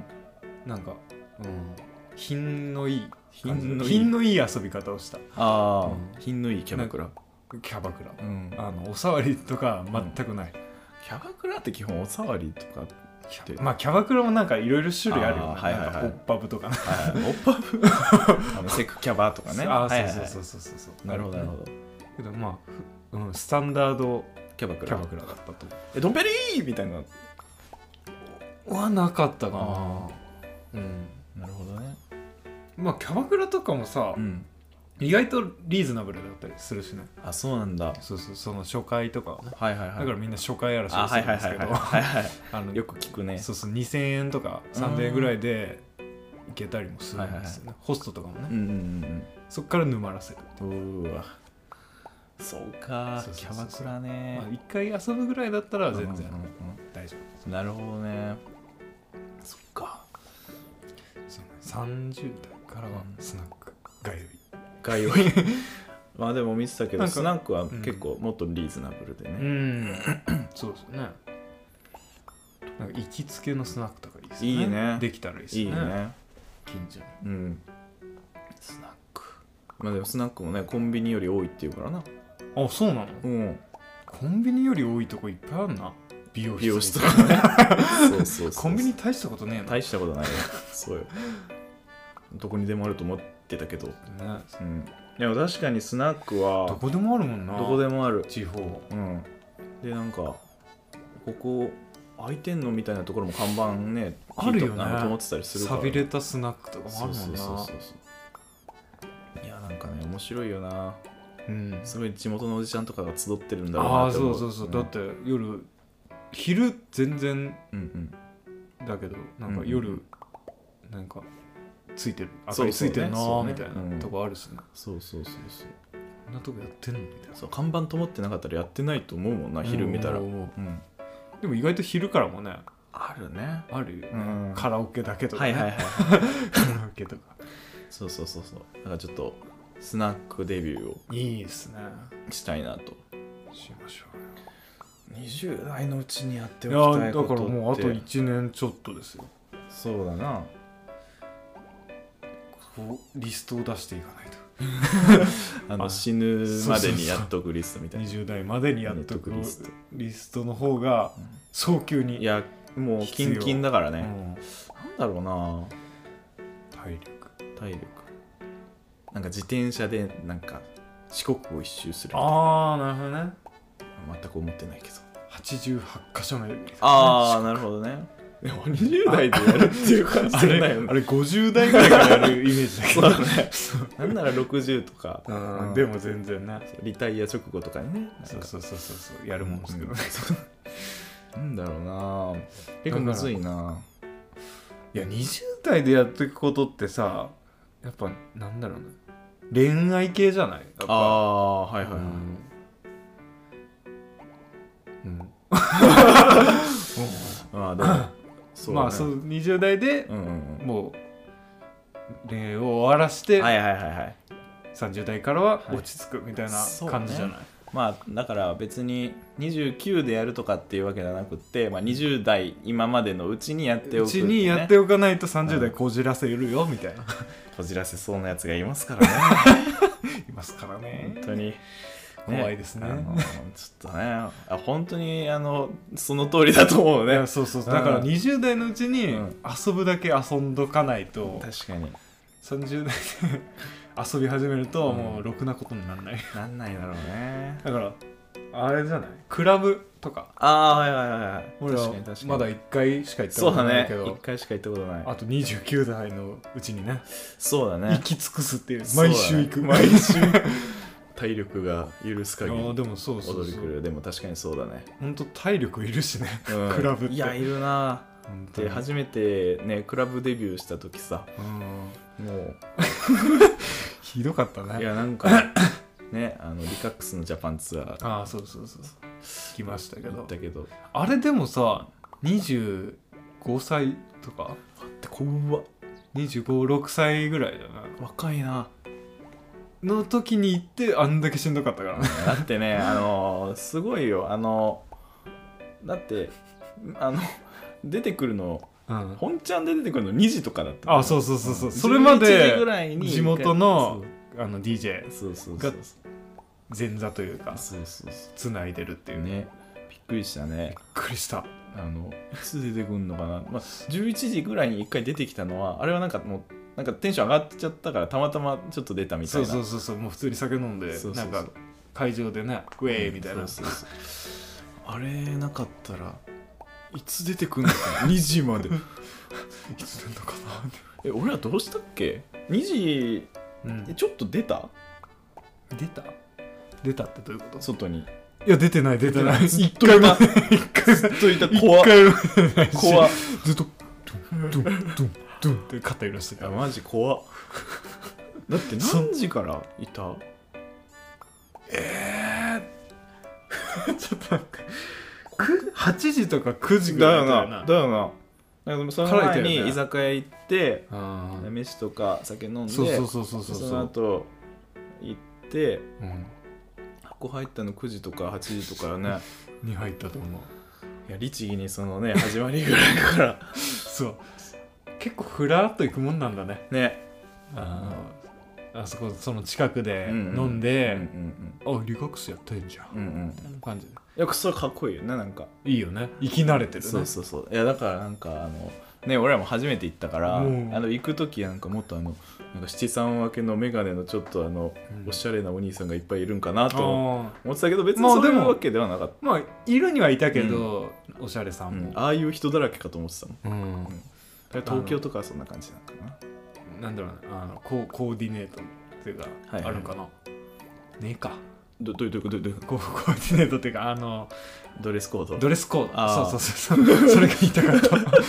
Speaker 1: なんか、うん、品のいい感じ
Speaker 2: 品のいい
Speaker 1: 品のいい遊び方をした
Speaker 2: ああ、
Speaker 1: うん
Speaker 2: 品のいいキャバクラ、
Speaker 1: キャバクラ
Speaker 2: うん、
Speaker 1: あのおさわりとか全くない、
Speaker 2: キャバクラって基本おさわりとか、
Speaker 1: キャ
Speaker 2: で
Speaker 1: まあキャバクラもなんかいろいろ種類あるよ
Speaker 2: あ
Speaker 1: ね
Speaker 2: ーはいはい
Speaker 1: なん
Speaker 2: はい
Speaker 1: かポップアップとかね
Speaker 2: はい、 オッパブあのセクキャバとかね
Speaker 1: ああ
Speaker 2: はいはい
Speaker 1: そ
Speaker 2: は
Speaker 1: う
Speaker 2: い
Speaker 1: そうそうそうそう
Speaker 2: なるほどなるほど
Speaker 1: けどまあふうん、スタンダード
Speaker 2: キャバ
Speaker 1: キ
Speaker 2: ク
Speaker 1: ャ
Speaker 2: ラ
Speaker 1: バクラだったと
Speaker 2: えドンペリーみたいな
Speaker 1: はなかったかな
Speaker 2: あ
Speaker 1: うん
Speaker 2: なるほどね
Speaker 1: まあキャバクラとかもさ、
Speaker 2: うん
Speaker 1: 意外とリーズナブルだったりするしね
Speaker 2: あそうなんだ
Speaker 1: そうそうその初回とかはね
Speaker 2: はいはいはい
Speaker 1: だからみんな初回争
Speaker 2: あ
Speaker 1: いす
Speaker 2: は
Speaker 1: る
Speaker 2: い
Speaker 1: ん
Speaker 2: はい
Speaker 1: です
Speaker 2: は
Speaker 1: け
Speaker 2: い
Speaker 1: ど
Speaker 2: はい はいはい
Speaker 1: あの
Speaker 2: よく聞くね
Speaker 1: そうそう2000円とか3000円ぐらいで行けたりもするんですよね、ホストとかもね、
Speaker 2: うんうん
Speaker 1: そっから沼らせる、
Speaker 2: うんうんうーわそうか
Speaker 1: そうそう
Speaker 2: キ
Speaker 1: そう
Speaker 2: ャバ
Speaker 1: そう
Speaker 2: クラ
Speaker 1: まあ、
Speaker 2: ね
Speaker 1: 1回遊ぶぐらいだったら
Speaker 2: うん
Speaker 1: 全然
Speaker 2: うん
Speaker 1: 大丈
Speaker 2: うんなるほどねそっか
Speaker 1: 夫、そうね30代からはスナックがよ
Speaker 2: 概要 まあでも見てたけ
Speaker 1: な
Speaker 2: ど
Speaker 1: んか
Speaker 2: スナックは
Speaker 1: ん
Speaker 2: 結構もっとリーズナブルで
Speaker 1: い
Speaker 2: ね
Speaker 1: んそうですよねなんか行きつけのスナックとかいいですよね
Speaker 2: いいね
Speaker 1: できたらいいです
Speaker 2: いい
Speaker 1: よね
Speaker 2: ね
Speaker 1: 近所に
Speaker 2: うんスナックまあでもスナックもねコンビニより多いっていうからな
Speaker 1: あそうなの
Speaker 2: うん
Speaker 1: コンビニより多いとこいっぱいあるな美容室
Speaker 2: 美容師とかねそう そうそう
Speaker 1: コンビニ大したことねえな、
Speaker 2: 大したことないよそうよどこにでもあると思ってたけど
Speaker 1: ね
Speaker 2: うんでも確かにスナック
Speaker 1: ど
Speaker 2: は
Speaker 1: こでもあるもんな
Speaker 2: どこでもある
Speaker 1: 地方
Speaker 2: うんでなんかここ開いてんのみたいなところも看板ね
Speaker 1: あるよね
Speaker 2: と思ってたりするか
Speaker 1: さ
Speaker 2: ら
Speaker 1: びれたスナックとかもあ
Speaker 2: そ
Speaker 1: る
Speaker 2: う
Speaker 1: も
Speaker 2: そ
Speaker 1: ん
Speaker 2: う
Speaker 1: な
Speaker 2: そうそうそういやなんかね面白いよな
Speaker 1: うん
Speaker 2: すごい地元のおじちゃんとかが集ってるんだろう
Speaker 1: あ
Speaker 2: な
Speaker 1: あ
Speaker 2: って
Speaker 1: そ
Speaker 2: 思
Speaker 1: うそうそう、
Speaker 2: ん
Speaker 1: だって夜昼全然
Speaker 2: うんうん
Speaker 1: だけどなん
Speaker 2: うんう
Speaker 1: か
Speaker 2: ん
Speaker 1: 夜、なんかついてる明
Speaker 2: そ
Speaker 1: か
Speaker 2: う
Speaker 1: りついてるな
Speaker 2: そう
Speaker 1: ー
Speaker 2: ね
Speaker 1: みたい
Speaker 2: そうねう
Speaker 1: なんとこあるしね
Speaker 2: そうそうそうそう
Speaker 1: こんなとこやってんのみたいな
Speaker 2: そう看板と思ってなかったらやってないと思うもんな昼見たら
Speaker 1: う
Speaker 2: うんん、
Speaker 1: 思うでも意外と昼からもね
Speaker 2: あるね
Speaker 1: あるよね、
Speaker 2: うん
Speaker 1: カラオケだけとか、
Speaker 2: はい
Speaker 1: ね
Speaker 2: はいはいはい
Speaker 1: カラオケとか
Speaker 2: そうそうそうそうだからちょっとスナックデビューを
Speaker 1: いいですね
Speaker 2: したいなと
Speaker 1: しましょ
Speaker 2: 20代のうちにやって
Speaker 1: う
Speaker 2: お
Speaker 1: いや
Speaker 2: きた
Speaker 1: ー
Speaker 2: い
Speaker 1: だ
Speaker 2: こ
Speaker 1: から
Speaker 2: とって
Speaker 1: もうあと1年ちょっとですよ
Speaker 2: そうだな
Speaker 1: こうリストを出していかないと
Speaker 2: あ
Speaker 1: あ
Speaker 2: の死ぬまでにやっとくリストみたいな
Speaker 1: 20代までにやっとく
Speaker 2: リスト
Speaker 1: リストの方が早急に、
Speaker 2: いやもうキンキンだから
Speaker 1: う
Speaker 2: ね、
Speaker 1: ん
Speaker 2: なんだろうな
Speaker 1: 体力
Speaker 2: 体力なんか自転車でなんか四国を一周する
Speaker 1: ああなるほどね
Speaker 2: 全く思ってないけど
Speaker 1: 88箇所目
Speaker 2: ああなるほどねでも20代でやるっていう感
Speaker 1: あれあ
Speaker 2: よね
Speaker 1: れ50代ぐらいからやるイメージだ け
Speaker 2: そ
Speaker 1: ど
Speaker 2: うだねなんなら60とか
Speaker 1: うんでも全然ね
Speaker 2: リタイア直後とかにね
Speaker 1: そうそうそうそうそうやるもんですけ
Speaker 2: う
Speaker 1: ど、
Speaker 2: ん
Speaker 1: ね
Speaker 2: なんだろうな結構むずいない
Speaker 1: や20代でやっていくことってさやっぱなんだろうな恋愛系じゃないやっぱ
Speaker 2: ああはいはい
Speaker 1: うん
Speaker 2: はい、
Speaker 1: うん
Speaker 2: ああでもそうだね
Speaker 1: まあそう20代で
Speaker 2: うんうんうん
Speaker 1: もう恋愛を終わらして、
Speaker 2: はいはいはいはい
Speaker 1: 30代からは
Speaker 2: はい
Speaker 1: 落ち着くみたいな
Speaker 2: そうね
Speaker 1: 感じじゃない、
Speaker 2: まあだから別に29でやるとかっていうわけじゃなくって、まあ、20代今までのうちにやってお
Speaker 1: う
Speaker 2: く
Speaker 1: ちにやっておかないと30代こじらせるよみたいな、
Speaker 2: こじらせそうなやつがいますからね
Speaker 1: いますから
Speaker 2: 本
Speaker 1: ね
Speaker 2: 当に、
Speaker 1: 怖いですね
Speaker 2: あのちょっとねあ本当にあのその通りだと思う
Speaker 1: い
Speaker 2: ね
Speaker 1: やそうそう
Speaker 2: うん
Speaker 1: だから20代のうちに
Speaker 2: うん
Speaker 1: 遊ぶだけ遊んどかないと
Speaker 2: 確かに
Speaker 1: 30代で遊び始めると
Speaker 2: うん
Speaker 1: もうろくなことにならない
Speaker 2: なんないだろうね
Speaker 1: だからあれじゃないクラブとか
Speaker 2: ああはいはいはいはい
Speaker 1: 俺は
Speaker 2: 確かに確かに
Speaker 1: まだ1回しか行った
Speaker 2: そ
Speaker 1: こ
Speaker 2: う
Speaker 1: と
Speaker 2: だ
Speaker 1: ない
Speaker 2: ね
Speaker 1: けど、
Speaker 2: 一回しか行ったことない
Speaker 1: あと29代のうちにね
Speaker 2: そうだ
Speaker 1: 行
Speaker 2: ね
Speaker 1: き尽くすっていう
Speaker 2: そうだ
Speaker 1: 毎
Speaker 2: ね
Speaker 1: 週行く、毎週あ
Speaker 2: 体力が許す限り
Speaker 1: ー
Speaker 2: 踊
Speaker 1: でもそうそう
Speaker 2: り
Speaker 1: そ
Speaker 2: 狂
Speaker 1: う
Speaker 2: うでも確かにそうだね、
Speaker 1: 本当体力いるしね
Speaker 2: うん
Speaker 1: クラブって
Speaker 2: いやいるな
Speaker 1: 本当に
Speaker 2: で初めてねクラブデビューした時さ
Speaker 1: うん
Speaker 2: も
Speaker 1: ひどかった
Speaker 2: うい
Speaker 1: ね
Speaker 2: やなん かねあのリカックスのジャパンツアー
Speaker 1: ああそうそうそうそう聞きましたけ
Speaker 2: 行
Speaker 1: ど
Speaker 2: ったけど
Speaker 1: あれでもさ25歳とか
Speaker 2: で怖っ
Speaker 1: 256歳ぐらいだな
Speaker 2: 若いな
Speaker 1: の時に行ってあんだけしんどかったからね
Speaker 2: だって ねあのすごいよあのだってあの出てくるの
Speaker 1: うん
Speaker 2: 本ちゃんで出てくるの2時とかだった
Speaker 1: あそうそうそうそうんそれまで
Speaker 2: 11時ぐらいに
Speaker 1: 地元のあの DJ
Speaker 2: そうそうそ
Speaker 1: が
Speaker 2: うそう
Speaker 1: 前座というか
Speaker 2: そうそうそ
Speaker 1: つないでるっていう
Speaker 2: う
Speaker 1: ね
Speaker 2: ねびっくりしたね
Speaker 1: びっくりした
Speaker 2: あのいつ出てくるのかな、まあ、11時ぐらいに1回出てきたのはあれはなんかもうなんかテンション上がっちゃったからたまたまちょっと出たみたい
Speaker 1: そう
Speaker 2: な
Speaker 1: そうそうそうもう普通に酒飲んで
Speaker 2: そうそう
Speaker 1: な
Speaker 2: そ
Speaker 1: ん
Speaker 2: う
Speaker 1: か会場でねウェイみたいな、
Speaker 2: うんそうそうそうあれなかったらいつ出てくるのかな 2時まで
Speaker 1: いつ出んのかなって
Speaker 2: え俺らどうしたっけ2時えちょっと出た
Speaker 1: 出た出たってどういうこと
Speaker 2: 外に
Speaker 1: いや出てない出 てな
Speaker 2: 出
Speaker 1: い
Speaker 2: てない
Speaker 1: 一回も
Speaker 2: ず
Speaker 1: 一回 も
Speaker 2: ずっといた怖
Speaker 1: 一
Speaker 2: っ
Speaker 1: 回も出てないし
Speaker 2: 怖っ
Speaker 1: ずっとドゥンドゥンドゥン ドゥンって肩揺らして
Speaker 2: い
Speaker 1: た
Speaker 2: やマジ怖っだって何時からいた
Speaker 1: ちょっとなんかく8時とか9時ぐ
Speaker 2: だ
Speaker 1: ら
Speaker 2: よ
Speaker 1: いだよ
Speaker 2: なだよなだからその
Speaker 1: からいた
Speaker 2: 前
Speaker 1: よね
Speaker 2: に居酒屋行って
Speaker 1: あー
Speaker 2: 飯とか酒飲んで
Speaker 1: そうそうそうそうそう
Speaker 2: その後行って
Speaker 1: うん
Speaker 2: 箱入ったの9時とか8時とかよね
Speaker 1: に入ったと思う
Speaker 2: いや律儀にそのね始まりぐらいから
Speaker 1: そう結構ふらっと行くもんなんだね
Speaker 2: ね
Speaker 1: あのあそこその近くで
Speaker 2: うんうん
Speaker 1: 飲ん
Speaker 2: うんう
Speaker 1: で、
Speaker 2: ん
Speaker 1: あリラックスやってんじゃん、
Speaker 2: うんうん
Speaker 1: みたいな感じで
Speaker 2: いやそれかっこいいよねなんか
Speaker 1: いいよね生き慣れてるね
Speaker 2: そうそうそういやだからなんかあのね俺らも初めて行ったから、
Speaker 1: うん
Speaker 2: あの行く時なんかもっとあのなんか七三分けの眼鏡のちょっとあの、
Speaker 1: うん
Speaker 2: おしゃれなお兄さんがいっぱいいるんかなと思
Speaker 1: あ
Speaker 2: ってたけど別に
Speaker 1: まあ
Speaker 2: そうい
Speaker 1: で
Speaker 2: う
Speaker 1: も
Speaker 2: わけではなかった、
Speaker 1: ーまあいるにはいたけど、おしゃれさん
Speaker 2: うん
Speaker 1: も、
Speaker 2: ああいう人だらけかと思ってたもん
Speaker 1: うん
Speaker 2: だから東京とかはそんな感じなのかな
Speaker 1: なんだろうねあのコーコーディネートっていうか、
Speaker 2: はい
Speaker 1: あるんかなねえか
Speaker 2: どどういうどういうどういうどういう
Speaker 1: コ ーコーディネートっていうかあの
Speaker 2: ドレスコード
Speaker 1: ドレスコー
Speaker 2: あー
Speaker 1: ドそうそうそうそうそれが言いたかった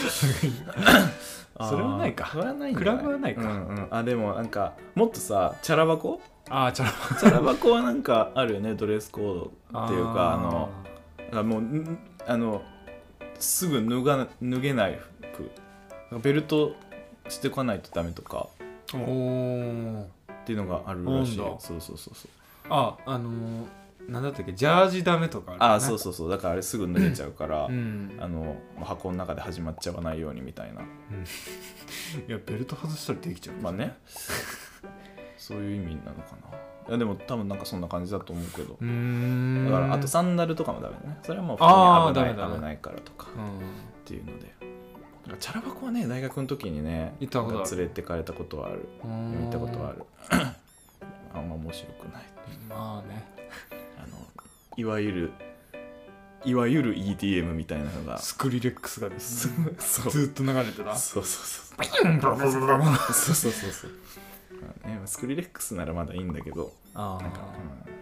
Speaker 2: あー
Speaker 1: それはないか
Speaker 2: それはないんじゃ
Speaker 1: クラブはないか
Speaker 2: うんうんあでもなんかもっとさチャラ 箱
Speaker 1: ああちゃら
Speaker 2: チャラ箱はなんかあるよねドレスコードっていうかあの
Speaker 1: ー
Speaker 2: あもうんあのすぐ脱が脱げない服ベルトしておかないとダメとか
Speaker 1: おー
Speaker 2: っていうのがあるらしい
Speaker 1: なんだ
Speaker 2: そうそうそうそう
Speaker 1: ああのー、なんだったっけジャージダメとかあるよね
Speaker 2: あーそうそうそうだからあれすぐ脱げちゃうから、
Speaker 1: うん
Speaker 2: あの箱の中で始まっちゃわないようにみたいない
Speaker 1: やベルト外したらできちゃう
Speaker 2: まあねそういう意味なのかないやでも多分なんかそんな感じだと思うけど
Speaker 1: うーん
Speaker 2: だからあとサンダルとかもダメだねそれはもう
Speaker 1: あー
Speaker 2: 普通に危
Speaker 1: ダ
Speaker 2: な
Speaker 1: メだ
Speaker 2: い
Speaker 1: ね
Speaker 2: 危ないからとか
Speaker 1: う
Speaker 2: っ
Speaker 1: ん
Speaker 2: ていうのでなんかチャラ箱はね大学の時にね
Speaker 1: 行ったことある
Speaker 2: なんか連れてかれたことはある
Speaker 1: うーん
Speaker 2: 見たことはあるあんま面白くない
Speaker 1: まあね
Speaker 2: あのいわゆるいわゆる EDM みたいなのが
Speaker 1: スクリレックスがです
Speaker 2: そそう
Speaker 1: ずーっと流れてた
Speaker 2: そうそうそう
Speaker 1: あ
Speaker 2: そうそうそうそう、まあね、スクリレックスならまだいいんだけど
Speaker 1: あ
Speaker 2: なんか、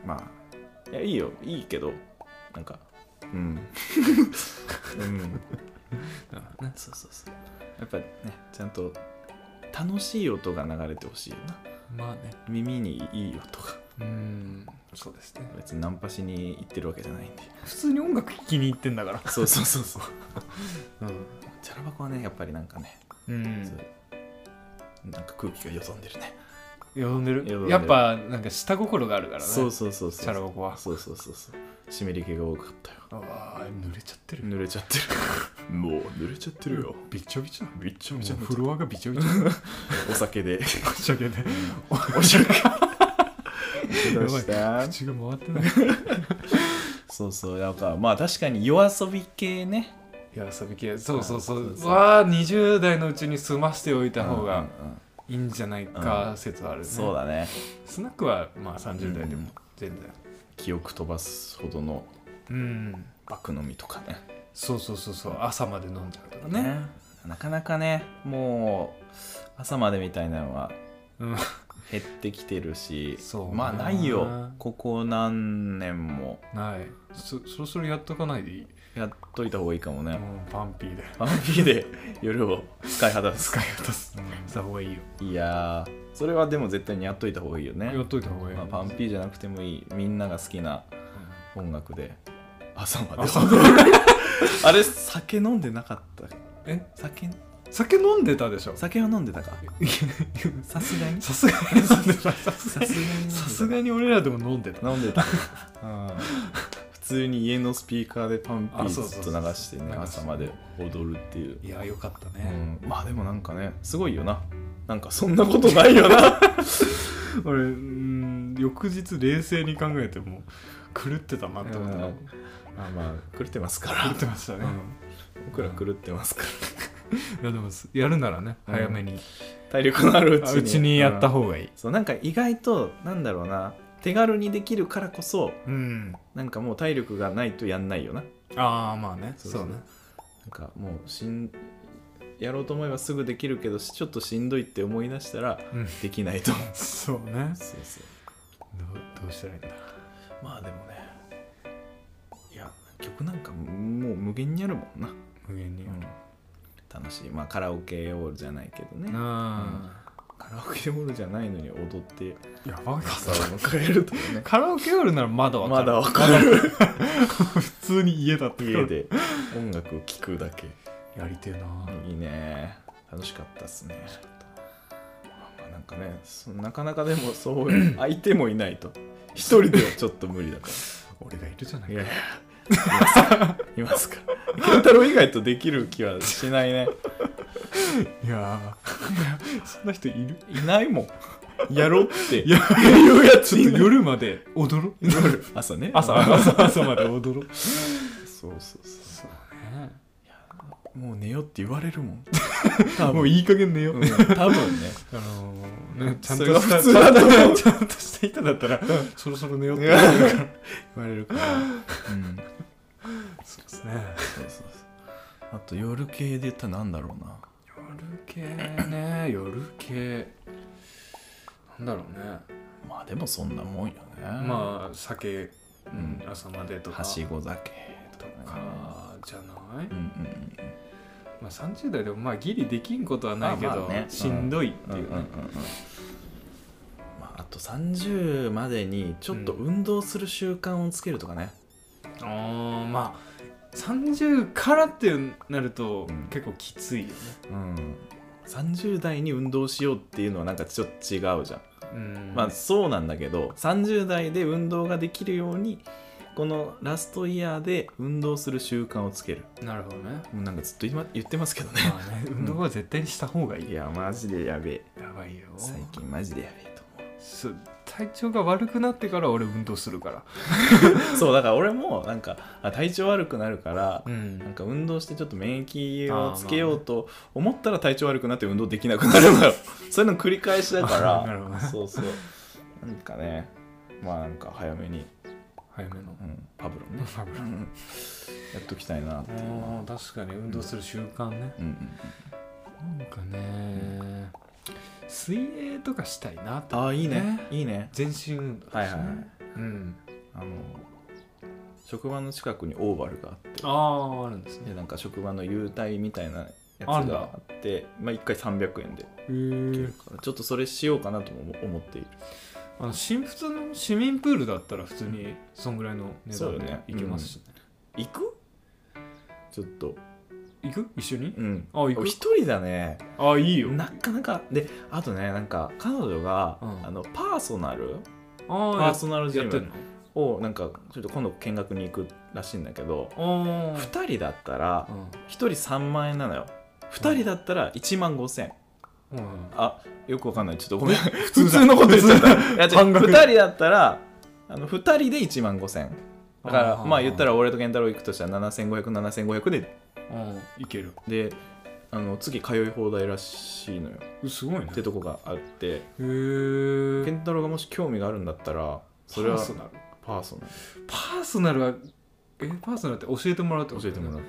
Speaker 2: うん、まあいやいいよいいけどなんか うんうんそうそうそうやっぱねちゃんと楽しい音が流れてほしいよな
Speaker 1: まあね
Speaker 2: 耳にいい音が
Speaker 1: うーんそうですね
Speaker 2: 別にナンパしに行ってるわけじゃないんで
Speaker 1: 普通に音楽聴きに行ってんだから
Speaker 2: そうそうそうそう
Speaker 1: うん
Speaker 2: チャラ箱はねやっぱりなんかね、
Speaker 1: うん
Speaker 2: そうなんか空気がよそんでるね
Speaker 1: 呼んで
Speaker 2: 淀んで
Speaker 1: る
Speaker 2: る
Speaker 1: やっぱなんか下心があるからね
Speaker 2: そうそうそうそう
Speaker 1: チャラ箱は
Speaker 2: そうそうそうそう湿り気が多かったよ
Speaker 1: ああ濡れちゃってる
Speaker 2: 濡れちゃってる もう濡れちゃってるよ
Speaker 1: びちょびちょ
Speaker 2: びっちょ
Speaker 1: も
Speaker 2: びちょになっ
Speaker 1: う
Speaker 2: ちゃ
Speaker 1: フ
Speaker 2: った
Speaker 1: ロアがびちょびちょ
Speaker 2: お酒で
Speaker 1: おしゃ けで
Speaker 2: お酒ど
Speaker 1: やばい
Speaker 2: うした
Speaker 1: 口が回ってない
Speaker 2: そうそうなんかまあ確かに夜遊び系ね
Speaker 1: いや遊び系そうそう
Speaker 2: そ
Speaker 1: そ
Speaker 2: う
Speaker 1: う
Speaker 2: そう
Speaker 1: わあ20代のうちに済ませておいた方
Speaker 2: うん
Speaker 1: が
Speaker 2: うんうん
Speaker 1: いいんじゃないか説あるね
Speaker 2: そうだね
Speaker 1: スナックはまあ30代でも全然
Speaker 2: 記憶飛ばすほどの
Speaker 1: うん
Speaker 2: 爆飲みとかね
Speaker 1: そうそうそうそう朝まで飲んじゃうとかね
Speaker 2: なかなかねもう朝までみたいなのは
Speaker 1: うん
Speaker 2: 減ってきてるし
Speaker 1: そう
Speaker 2: まあないよここ何年も
Speaker 1: ないそそろそろやっとかないでいい
Speaker 2: やっといた方がいいかもね、
Speaker 1: もうパンピーで
Speaker 2: パンピーで夜を使い果たす
Speaker 1: 使い果たすした方がいいよ
Speaker 2: いやーそれはでも絶対にやっといた方がいいよね
Speaker 1: やっといた方がいい
Speaker 2: まあ、パンピーじゃなくてもいいみんなが好きな音楽で朝まで
Speaker 1: 朝
Speaker 2: あれ酒飲んでなかった
Speaker 1: え
Speaker 2: 酒
Speaker 1: 酒飲んでたでしょ
Speaker 2: 酒は飲んでた かさすがに
Speaker 1: さすが に飲んでたさす
Speaker 2: さ
Speaker 1: がに
Speaker 2: すがに
Speaker 1: さすがに俺らでも飲んでた
Speaker 2: 飲んでた うん普通に家のスピーカーでパンピー
Speaker 1: あそう
Speaker 2: ず
Speaker 1: そ
Speaker 2: っ
Speaker 1: う
Speaker 2: と
Speaker 1: そう
Speaker 2: 流してね
Speaker 1: 流して
Speaker 2: 朝まで踊るっていう、
Speaker 1: いやよかった
Speaker 2: う
Speaker 1: ね、
Speaker 2: ん、まあでもなんかねすごいよななんかそんなことない よな
Speaker 1: 俺うん翌日冷静に考えても狂ってたなって思った、
Speaker 2: うんまあまあ狂ってますから
Speaker 1: 狂ってましたね、
Speaker 2: 僕ら狂ってますから
Speaker 1: いやでもやるならね、
Speaker 2: うん
Speaker 1: 早めに
Speaker 2: 体力のあるうち
Speaker 1: あ
Speaker 2: に
Speaker 1: うちにやった方がいい
Speaker 2: そうなんか意外となんだろうな手軽にできるからこそ
Speaker 1: うん、
Speaker 2: なんかもう体力がないとやんないよな
Speaker 1: ああまあねそう
Speaker 2: そう
Speaker 1: ね
Speaker 2: なんかもうしんやろうと思えばすぐできるけどしちょっとしんどいって思い出したら
Speaker 1: うん
Speaker 2: でき ないと思う
Speaker 1: そうね
Speaker 2: そうそう
Speaker 1: どうどうしたらいいんだ
Speaker 2: まあでもねいや曲なんかもう無限にあるもんな、
Speaker 1: 無限に、
Speaker 2: うん楽しいまあカラオケオールじゃないけどね
Speaker 1: あ
Speaker 2: カラオケオールじゃないのに踊って
Speaker 1: あやばいか
Speaker 2: 朝を迎えると かね
Speaker 1: カラオケ夜ならまだわか
Speaker 2: ま
Speaker 1: る
Speaker 2: だわかる
Speaker 1: 普通に家だって
Speaker 2: 家で音楽を聴くだけ
Speaker 1: やりてえな、
Speaker 2: いいね楽しかったっすねまあなんかねそなかなかでもそういう相手もいないと一人ではちょっと無理だか
Speaker 1: 俺がいるじゃな
Speaker 2: ら
Speaker 1: い
Speaker 2: い
Speaker 1: か
Speaker 2: やいやいますかいますから健太郎以外とできる気はしないね
Speaker 1: いやー そんな人いる
Speaker 2: いないもんやろうって
Speaker 1: やるやつって夜まで踊ろ
Speaker 2: 夜朝ね
Speaker 1: 朝朝朝まで踊ろ
Speaker 2: そうそうそ
Speaker 1: そう
Speaker 2: もう寝よって言われるもん
Speaker 1: うもういい加減寝よう、
Speaker 2: うん多分ね
Speaker 1: あのーね、ちゃん
Speaker 2: そ
Speaker 1: と
Speaker 2: れが
Speaker 1: した
Speaker 2: 普通だと思う
Speaker 1: ちゃんとちゃんとした人だったらそろそろ寝ようって言われるから言われるから
Speaker 2: うん
Speaker 1: そうですね
Speaker 2: そうそうそうあと夜系で言ったらなんだろうな
Speaker 1: 夜系ね夜系なんだろうね
Speaker 2: まあでもそんなもんよね
Speaker 1: まあ酒、うんん、朝までとか
Speaker 2: はしご酒とかね
Speaker 1: かじゃない、
Speaker 2: うんうん
Speaker 1: まあ、30代でもまあギリできんことはないけど、
Speaker 2: まあまあねうん
Speaker 1: しんどいって
Speaker 2: うんうんう
Speaker 1: い
Speaker 2: んう
Speaker 1: う
Speaker 2: ん
Speaker 1: ね、
Speaker 2: まああと30までにちょっと運動する習慣をつけるとかね
Speaker 1: ああまあ30からってなると
Speaker 2: うん
Speaker 1: 結構きついよね
Speaker 2: うん30代に運動しようっていうのはなんかちょっと違うじゃん
Speaker 1: うん
Speaker 2: まあそうなんだけど30代で運動ができるようにこのラストイヤーで運動する習慣をつける
Speaker 1: なるほ どね
Speaker 2: もうなんかずっと今言ってますけどね
Speaker 1: まあね運動は絶対にした方がい い
Speaker 2: いやマジでやべえ
Speaker 1: やばいよ
Speaker 2: 最近マジでやべえと
Speaker 1: そう体調が悪くなってから俺運動するから
Speaker 2: 思うそうだから俺もなんかあ体調悪くなるから、
Speaker 1: ん
Speaker 2: なんか運動してちょっと免疫をつけようと思ったら体調悪くなって運動できなくなるのよ そういうの繰り返しだか
Speaker 1: なるほどね
Speaker 2: らそうそうなんかねまあなんか早めに、
Speaker 1: 早めの
Speaker 2: うん、パブロね
Speaker 1: パブロ
Speaker 2: うんやっときたいなっていうのは
Speaker 1: あー確かに運動する習慣ね、
Speaker 2: うんうん
Speaker 1: なんかね水泳とかしたいなって
Speaker 2: ああいいね
Speaker 1: ね
Speaker 2: いいね
Speaker 1: 全身運動
Speaker 2: はいはいはい
Speaker 1: うん
Speaker 2: あの職場の近くにオーバルがあって
Speaker 1: あああるんですね
Speaker 2: でなんか職場の優待みたいなやつ
Speaker 1: あんだ
Speaker 2: があってまあ、1回300円で
Speaker 1: へー
Speaker 2: ちょっとそれしようかなとも思っている
Speaker 1: あの新普通の市民プールだったら普通にそんぐらいの値
Speaker 2: そう
Speaker 1: 段
Speaker 2: よ
Speaker 1: で
Speaker 2: ね
Speaker 1: 行けますしね
Speaker 2: 行くちょっと
Speaker 1: 行く一緒に
Speaker 2: うん
Speaker 1: あ行く
Speaker 2: 一人だね
Speaker 1: ああいいよ
Speaker 2: なかなかであとねなんか彼女が、
Speaker 1: うん
Speaker 2: あのパーソナル
Speaker 1: あ
Speaker 2: パ
Speaker 1: あや
Speaker 2: ーソナルジ
Speaker 1: やってん
Speaker 2: ム
Speaker 1: の
Speaker 2: をなんかちょっと今度見学に行くらしいんだけど
Speaker 1: ああ
Speaker 2: 2人だったら
Speaker 1: う
Speaker 2: 1人3万円なのよ2人だったら1万5千
Speaker 1: んうん
Speaker 2: あよくわかんないちょっとごめん普
Speaker 1: 通だ
Speaker 2: 通のこと言っち ゃったいや違う
Speaker 1: 半額
Speaker 2: 2人だったらあの2人で1万5000だか
Speaker 1: あ
Speaker 2: ら
Speaker 1: ー
Speaker 2: まあ言ったら俺と健太郎行くとしたら75007500で
Speaker 1: うんいける
Speaker 2: であの次通い放題らしいのよ
Speaker 1: うすごいね
Speaker 2: ってとこがあって
Speaker 1: へえ
Speaker 2: 健太郎がもし興味があるんだったらそれは
Speaker 1: パーソナル
Speaker 2: パーソナル
Speaker 1: パーソナルはえパーソナルって教えてもらうってこと
Speaker 2: 教えてもらう
Speaker 1: う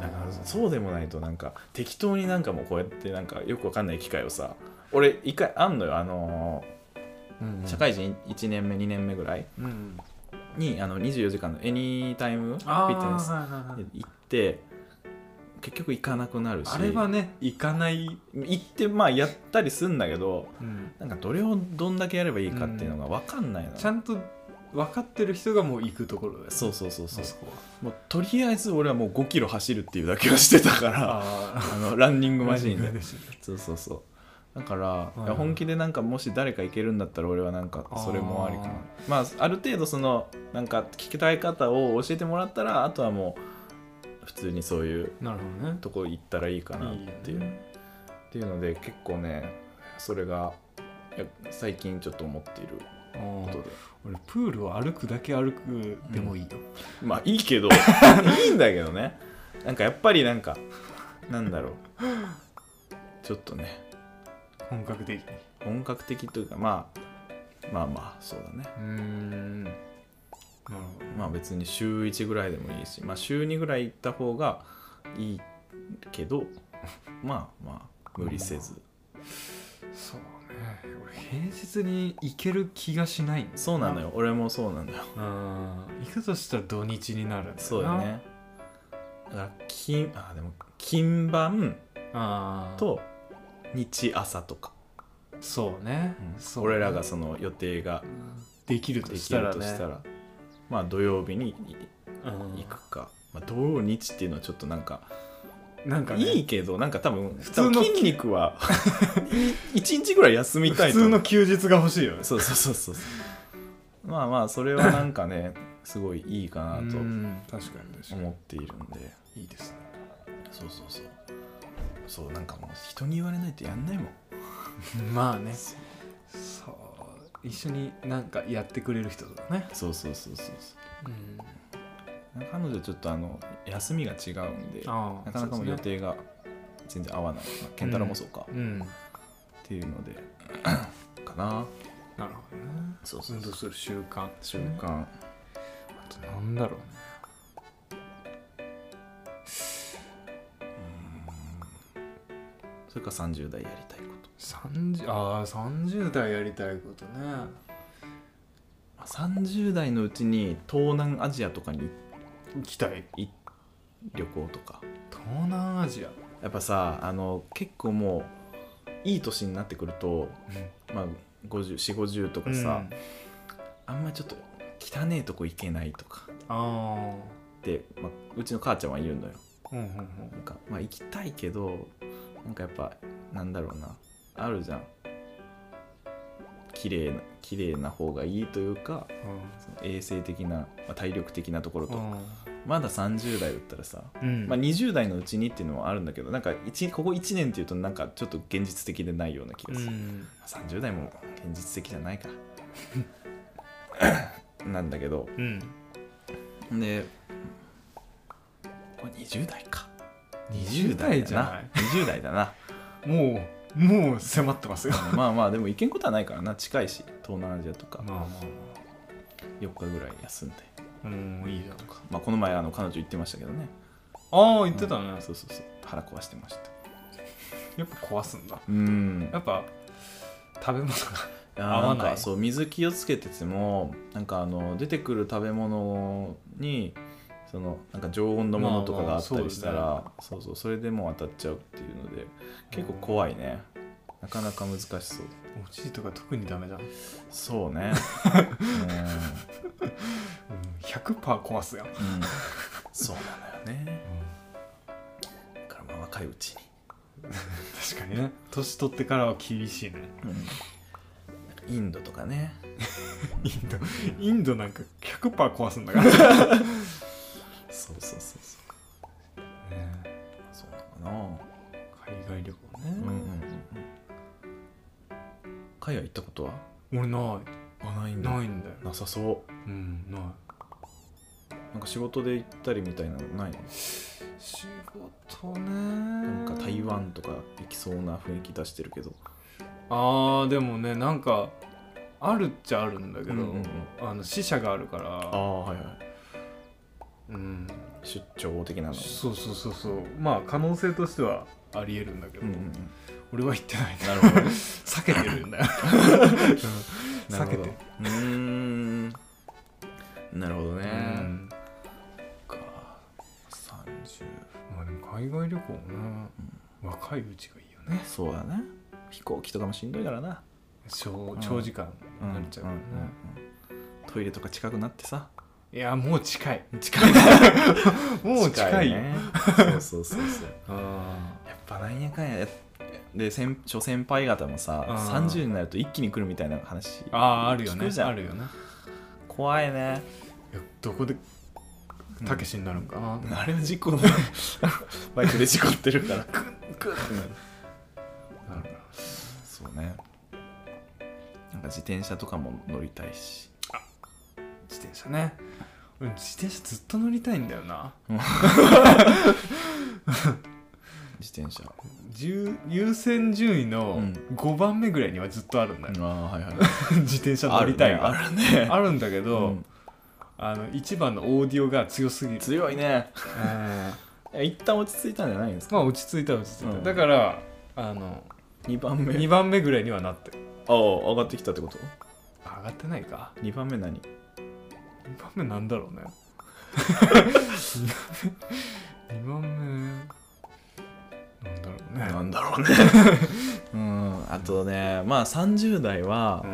Speaker 2: だからそうでもないとなんか適当になんかもうこうやってなんかよくわかんない機会をさ俺一回あんのよあの
Speaker 1: うんうん
Speaker 2: 社会人1年目2年目ぐらい
Speaker 1: うん
Speaker 2: にあの24時間のエニータイムフィットネス
Speaker 1: はいはいはい
Speaker 2: で行って結局行かなくなるし
Speaker 1: あれはね行かない、
Speaker 2: 行ってまあやったりすんだけど
Speaker 1: うん
Speaker 2: なんかどれをどんだけやればいいかっていうのが分かんないの、
Speaker 1: ちゃんと分かってる人がもう行くところだよね
Speaker 2: そうそうそうそう
Speaker 1: あそこは
Speaker 2: もうとりあえず俺はもう5キロ走るっていうだけはしてたから
Speaker 1: あ
Speaker 2: あのランニングマシーンで
Speaker 1: で
Speaker 2: そうそうそうだから、
Speaker 1: いはい
Speaker 2: いや本気でなんかもし誰か行けるんだったら俺はなんかそれもありかなまあある程度そのなんか聞きたい方を教えてもらったらあとはもう普通にそういう
Speaker 1: なるほどね
Speaker 2: とこ行ったらいいかなっていう
Speaker 1: いいよね
Speaker 2: っていうので結構ねそれがいや最近ちょっと思っている
Speaker 1: あ
Speaker 2: こ
Speaker 1: ー
Speaker 2: とで
Speaker 1: 俺プールを歩くだけ歩くでもいいよ、
Speaker 2: まあいいけ どいいんだけどねなんかやっぱりなんかなんだろうちょっとね
Speaker 1: 本格的に
Speaker 2: 本格的というかまあまあまあそうだね
Speaker 1: うーんなるほど
Speaker 2: まあ別に週1ぐらいでもいいしまあ週2ぐらい行った方がいいけど まあまあ無理せず
Speaker 1: そうね俺平日に行ける気がしないんだよな
Speaker 2: そうなのよ俺もそうなのよ
Speaker 1: うん行くとしたら土日になるんだよな
Speaker 2: そうよねだから金あでも金晩
Speaker 1: あー
Speaker 2: と日朝とか、
Speaker 1: そうね、そうね
Speaker 2: 俺らがその予定が
Speaker 1: できると
Speaker 2: で
Speaker 1: し
Speaker 2: き
Speaker 1: たら
Speaker 2: ると
Speaker 1: ね
Speaker 2: したらまあ土曜日に
Speaker 1: うん
Speaker 2: 行くか、まあ、土日っていうのはちょっとなんか
Speaker 1: なんか、ね、
Speaker 2: いいけどなんか多分普
Speaker 1: 通の
Speaker 2: 筋肉 は一日ぐらい休みたい
Speaker 1: 普
Speaker 2: と思
Speaker 1: 通
Speaker 2: う
Speaker 1: の休日が欲しいよね
Speaker 2: そうそうそうそうそうまあまあそれはなんかねすごいいいかなと
Speaker 1: うん確かに確か
Speaker 2: 思っているんで
Speaker 1: にいいですね
Speaker 2: そうそうそうそうなんかもう人に言われないとやんないもん
Speaker 1: まあね一緒になんかやってくれる人とかね、
Speaker 2: そうそうそうそうそ
Speaker 1: うん、
Speaker 2: う彼女ちょっとあの休みが違うんで
Speaker 1: ああ
Speaker 2: なかなかもう
Speaker 1: そ
Speaker 2: 予
Speaker 1: うですね
Speaker 2: 定が全然合わない、まあ、ケンタロウもそうか、
Speaker 1: うん
Speaker 2: っていうので かな
Speaker 1: なるほどね
Speaker 2: そう
Speaker 1: 運動する習慣
Speaker 2: 習慣
Speaker 1: あとなんだろうね
Speaker 2: それか30代やりたいこと
Speaker 1: 30ああ30代やりたいことね
Speaker 2: まあ30代のうちに東南アジアとかに
Speaker 1: 行きたい
Speaker 2: い旅行とか
Speaker 1: 東南アジア
Speaker 2: やっぱさあの結構もういい年になってくると、まあ、504050とかさ、
Speaker 1: うん
Speaker 2: あんまちょっと汚ねえとこ行けないとか
Speaker 1: あ
Speaker 2: って、まあ、うちの母ちゃんは言うのよ
Speaker 1: あうんうんうん
Speaker 2: なんか、まあ、行きたいけどなんかやっぱなんだろうなあるじゃん綺麗な綺麗な方がいいというかその衛生的な、まあ、体力的なところ
Speaker 1: う
Speaker 2: と、
Speaker 1: ん
Speaker 2: まだ30代だったらさ、
Speaker 1: うん
Speaker 2: まあ、20代のうちにっていうのはあるんだけどなんか一ここ1年っていうとなんかちょっと現実的でないような気が
Speaker 1: う
Speaker 2: する、
Speaker 1: ん
Speaker 2: 30代も現実的じゃない かなんだけど
Speaker 1: うん
Speaker 2: でこれ20代か
Speaker 1: 20代じゃない
Speaker 2: 20代だな
Speaker 1: もうもう迫って ますよ
Speaker 2: まあまあでも行けんことはないからな近いし東南アジアとか
Speaker 1: まあまあま
Speaker 2: 4日ぐらい休んで、
Speaker 1: あうんいいじゃんか
Speaker 2: まあ、この前あの彼女行ってましたけどね
Speaker 1: ああ言ってたね、
Speaker 2: そうそうそう腹壊してました
Speaker 1: やっぱ壊すんだ
Speaker 2: うん
Speaker 1: やっぱ食べ物が
Speaker 2: いや
Speaker 1: 合わない
Speaker 2: んかそう水気をつけててもなんかあの出てくる食べ物にそのなんか常温のものとかがあったりしたら、
Speaker 1: まあ
Speaker 2: そうそうそれでもう当たっちゃうっていうので結構怖いねなかなか難しそう
Speaker 1: おじいとか特にダメじゃん、うん、
Speaker 2: そうね
Speaker 1: 100%壊すやん、
Speaker 2: うん、うん、そうなのよねだからまあ若いうちに、
Speaker 1: 確かにね年取ってからは厳しいね
Speaker 2: うん、なんかインドとかね
Speaker 1: インドインドなんか100%壊すんだから、ね
Speaker 2: そうそうそうそう
Speaker 1: え
Speaker 2: そうなのか
Speaker 1: 海外旅行
Speaker 2: な、
Speaker 1: ね
Speaker 2: うんうんうんうん、海外行ったことは
Speaker 1: 俺な
Speaker 2: あない
Speaker 1: い
Speaker 2: ん
Speaker 1: ないんだよ
Speaker 2: なさそう
Speaker 1: うんない
Speaker 2: なんか仕事で行ったりみたいなのないの
Speaker 1: 仕事ね
Speaker 2: なんか台湾とか行きそうな雰囲気出してるけど
Speaker 1: あーでもねなんかあるっちゃあるんだけど、
Speaker 2: うんうんうん
Speaker 1: あの死者があるか
Speaker 2: あ
Speaker 1: ら
Speaker 2: あはいはい
Speaker 1: うん
Speaker 2: 出張的なの
Speaker 1: そうそうそうそうまあ可能性としてはありえるんだけど、
Speaker 2: うんうんうん
Speaker 1: 俺は行ってないね
Speaker 2: なるほど
Speaker 1: 避けてるん だよ
Speaker 2: なる
Speaker 1: 避
Speaker 2: ほ
Speaker 1: け
Speaker 2: ど
Speaker 1: て
Speaker 2: うーんなるほど
Speaker 1: う
Speaker 2: ね
Speaker 1: ん
Speaker 2: か30
Speaker 1: まあでも海外旅行もな若いうちがいいよね
Speaker 2: そうだね飛行機とかもしんどいからな
Speaker 1: 長
Speaker 2: ん
Speaker 1: 長時間になっちゃうからね、
Speaker 2: んうんトイレとか近くなってさ
Speaker 1: いやもう近い
Speaker 2: 近い
Speaker 1: もう近いよ、
Speaker 2: ねそうそうそうそう
Speaker 1: あ
Speaker 2: やっぱなんやかんやで先諸先輩方もさ
Speaker 1: うん
Speaker 2: 30になると一気に来るみたいな話
Speaker 1: ーあーあるよ
Speaker 2: 聞
Speaker 1: ね
Speaker 2: くじゃん
Speaker 1: あるよね
Speaker 2: 怖いね
Speaker 1: いやどこでたけしになるんかな、
Speaker 2: あれは事故だ バイクで事故ってるから クックッ
Speaker 1: なる
Speaker 2: そうねなんか自転車とかも乗りたいし
Speaker 1: 自転車ね俺自転車ずっと乗りたいんだよな
Speaker 2: 自転車
Speaker 1: 10優先順位
Speaker 2: う
Speaker 1: の
Speaker 2: ん
Speaker 1: 5番目ぐらいにはずっとあるんだよ、
Speaker 2: ああはい はい
Speaker 1: 自転車乗りたいがある,、
Speaker 2: あるね
Speaker 1: んだけ
Speaker 2: う
Speaker 1: ど、
Speaker 2: ん
Speaker 1: あの1番のオーディオが強すぎる
Speaker 2: 強いね
Speaker 1: うん
Speaker 2: 一旦落ち着いたんじゃないんですか
Speaker 1: まあ落ち着いたら落ち着いた、
Speaker 2: うん
Speaker 1: だからあの
Speaker 2: 2番目
Speaker 1: 2番目ぐらいにはなってる
Speaker 2: ああ上がってきたってこと
Speaker 1: 上がってないか
Speaker 2: 2番目何
Speaker 1: 2番目なんだろう ね2番目なんだろうね
Speaker 2: なんだろうね うんあとねまあ30代は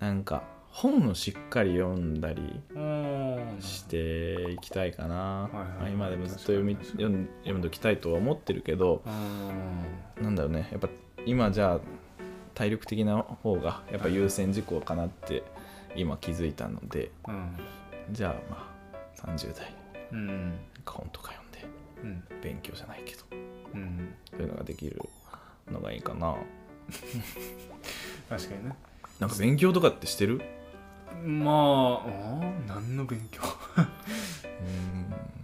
Speaker 2: なんか本をしっかり読んだり
Speaker 1: うんうん
Speaker 2: していきたいかな、
Speaker 1: いはいはい
Speaker 2: まあ今でもずっと読み
Speaker 1: 確かに
Speaker 2: 読ん読んどきたいとは思ってるけどなんだろうねやっぱ今じゃあ体力的な方がやっぱ優先事項かなって今気づいたので
Speaker 1: うん
Speaker 2: じゃあまあ30代
Speaker 1: うん
Speaker 2: 本とか読んで
Speaker 1: うん
Speaker 2: 勉強じゃないけど
Speaker 1: うん
Speaker 2: そういうのができるのがいいかな
Speaker 1: 確かにね
Speaker 2: なんか勉強とかってしてる
Speaker 1: まあうん何の勉強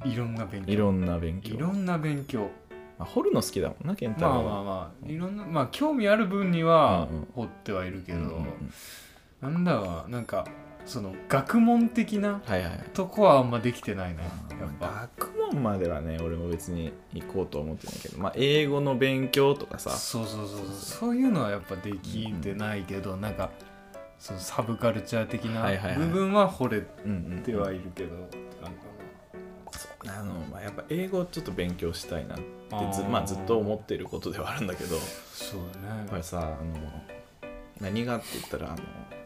Speaker 1: いろんな勉強
Speaker 2: いろんな勉強
Speaker 1: いろんな勉強
Speaker 2: まあ、掘るの好きだもんな健太
Speaker 1: ま
Speaker 2: 郎
Speaker 1: あまあまあいろんなまあ興味ある分には
Speaker 2: うんうん
Speaker 1: 掘ってはいるけ
Speaker 2: う
Speaker 1: ど、
Speaker 2: んうんうん
Speaker 1: なんだろうなんかその学問的な
Speaker 2: はいはいはい
Speaker 1: とこはあんまできてないねやっぱ
Speaker 2: 学問まではね俺も別に行こうとは思ってないけど、まあ、英語の勉強とかさ
Speaker 1: そうそうそうそうそういうのはやっぱできてないけど、なんかそのサブカルチャー的な
Speaker 2: はいはいはい
Speaker 1: 部分は掘れ
Speaker 2: うんうん
Speaker 1: てはいるけど、なんか
Speaker 2: そうあの、まあ、やっぱ英語をちょっと勉強したいなってず,、
Speaker 1: あー
Speaker 2: まあ、ずっと思ってることではあるんだけどや
Speaker 1: そうだね
Speaker 2: っぱりさあの何がって言ったらあの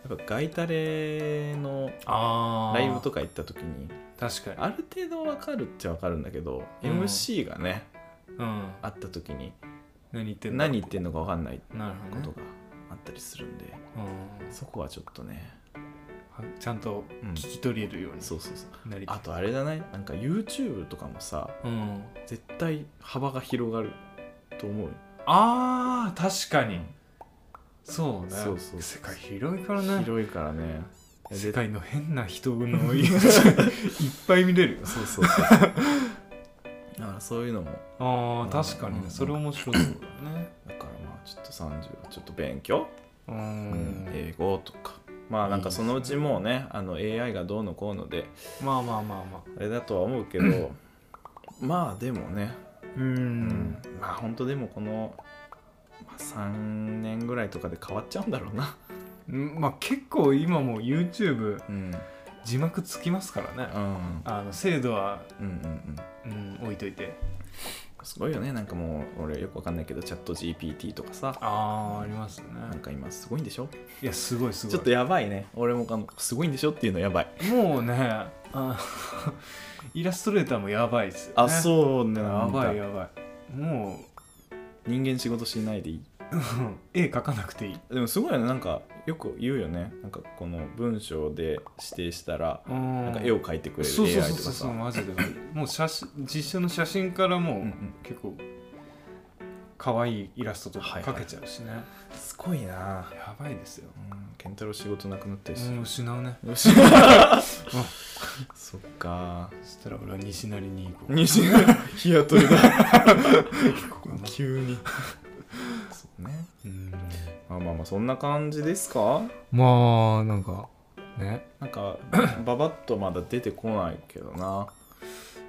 Speaker 2: やっぱガイタレの
Speaker 1: あー
Speaker 2: ライブとか行った時に
Speaker 1: 確かに
Speaker 2: ある程度わかるっちゃわかるんだけど、
Speaker 1: うん
Speaker 2: MC がね
Speaker 1: うん
Speaker 2: あった時に
Speaker 1: 何言ってんだ
Speaker 2: 何言ってんのかわかんない
Speaker 1: なる
Speaker 2: こ
Speaker 1: ほ
Speaker 2: と
Speaker 1: ど、ね
Speaker 2: があったりするんで、
Speaker 1: うん
Speaker 2: そこはちょっとね
Speaker 1: は、ちゃんと聞き取れるように
Speaker 2: そうそうそう
Speaker 1: なりたい
Speaker 2: あとあれだねなんか YouTube とかもさ
Speaker 1: うん、
Speaker 2: 絶対幅が広がると思うよ
Speaker 1: あー確かにそうね
Speaker 2: そうそう
Speaker 1: 世界広いからね
Speaker 2: 広いからね
Speaker 1: 世
Speaker 2: 絶
Speaker 1: 界の変な人 のいっぱい見れるよ
Speaker 2: 対そうそう そうだからそういうのも
Speaker 1: あ
Speaker 2: うん
Speaker 1: ー確かに
Speaker 2: う
Speaker 1: ね
Speaker 2: ん
Speaker 1: それ面白そうだね
Speaker 2: だからまあちょっと30はちょっと勉強、
Speaker 1: う
Speaker 2: うん
Speaker 1: ん
Speaker 2: 英語とかまあなんかそのうちもうねあの AI がどうのこうので
Speaker 1: まあまあまあまあ
Speaker 2: あれだとは思うけどまあでもね、
Speaker 1: う
Speaker 2: うんんまあ本当でもこの、まあ、3年ぐらいとかで変わっちゃうんだろうな、
Speaker 1: まあ結構今も YouTube
Speaker 2: うん、
Speaker 1: 字幕つきますからね
Speaker 2: うん
Speaker 1: あの精度は、
Speaker 2: うんうんうん
Speaker 1: うん、置いといて
Speaker 2: すごいよねなんかもう俺よくわかんないけどチャット GPT とかさ
Speaker 1: ああありますね
Speaker 2: なんか今すごいんでしょ
Speaker 1: いやすごいすごい
Speaker 2: ちょっとやばいね俺もあのすごいんでしょっていうのやばい
Speaker 1: もうねあ イラストレーターもやばいっすよ、ね、
Speaker 2: あそうね
Speaker 1: やばい
Speaker 2: よ
Speaker 1: やばいも
Speaker 2: 人間仕事しないでいいう
Speaker 1: 絵描かなくていい
Speaker 2: でもすごいよねなんかよく言うよねなんかこの文章で指定したら
Speaker 1: な
Speaker 2: なんか絵を描いてくれる
Speaker 1: そうそう
Speaker 2: AI
Speaker 1: そう
Speaker 2: と
Speaker 1: そ
Speaker 2: か
Speaker 1: うそう
Speaker 2: さ
Speaker 1: マジでもう写真実写の写真からも
Speaker 2: んうん
Speaker 1: う結構可愛いイラストと
Speaker 2: は
Speaker 1: か
Speaker 2: いはい
Speaker 1: 描けちゃうしね、
Speaker 2: すごいな
Speaker 1: やばいですよ
Speaker 2: うん健太郎仕事なくなったりす
Speaker 1: もう
Speaker 2: る
Speaker 1: 失うね
Speaker 2: よしそっか
Speaker 1: そしたら俺は西成に行こう
Speaker 2: 西が 日雇いだ
Speaker 1: ここな
Speaker 2: 急に そうね
Speaker 1: うん
Speaker 2: まあまあまあそんな感じですか
Speaker 1: まあなんかね
Speaker 2: なん かババッとまだ出てこないけどな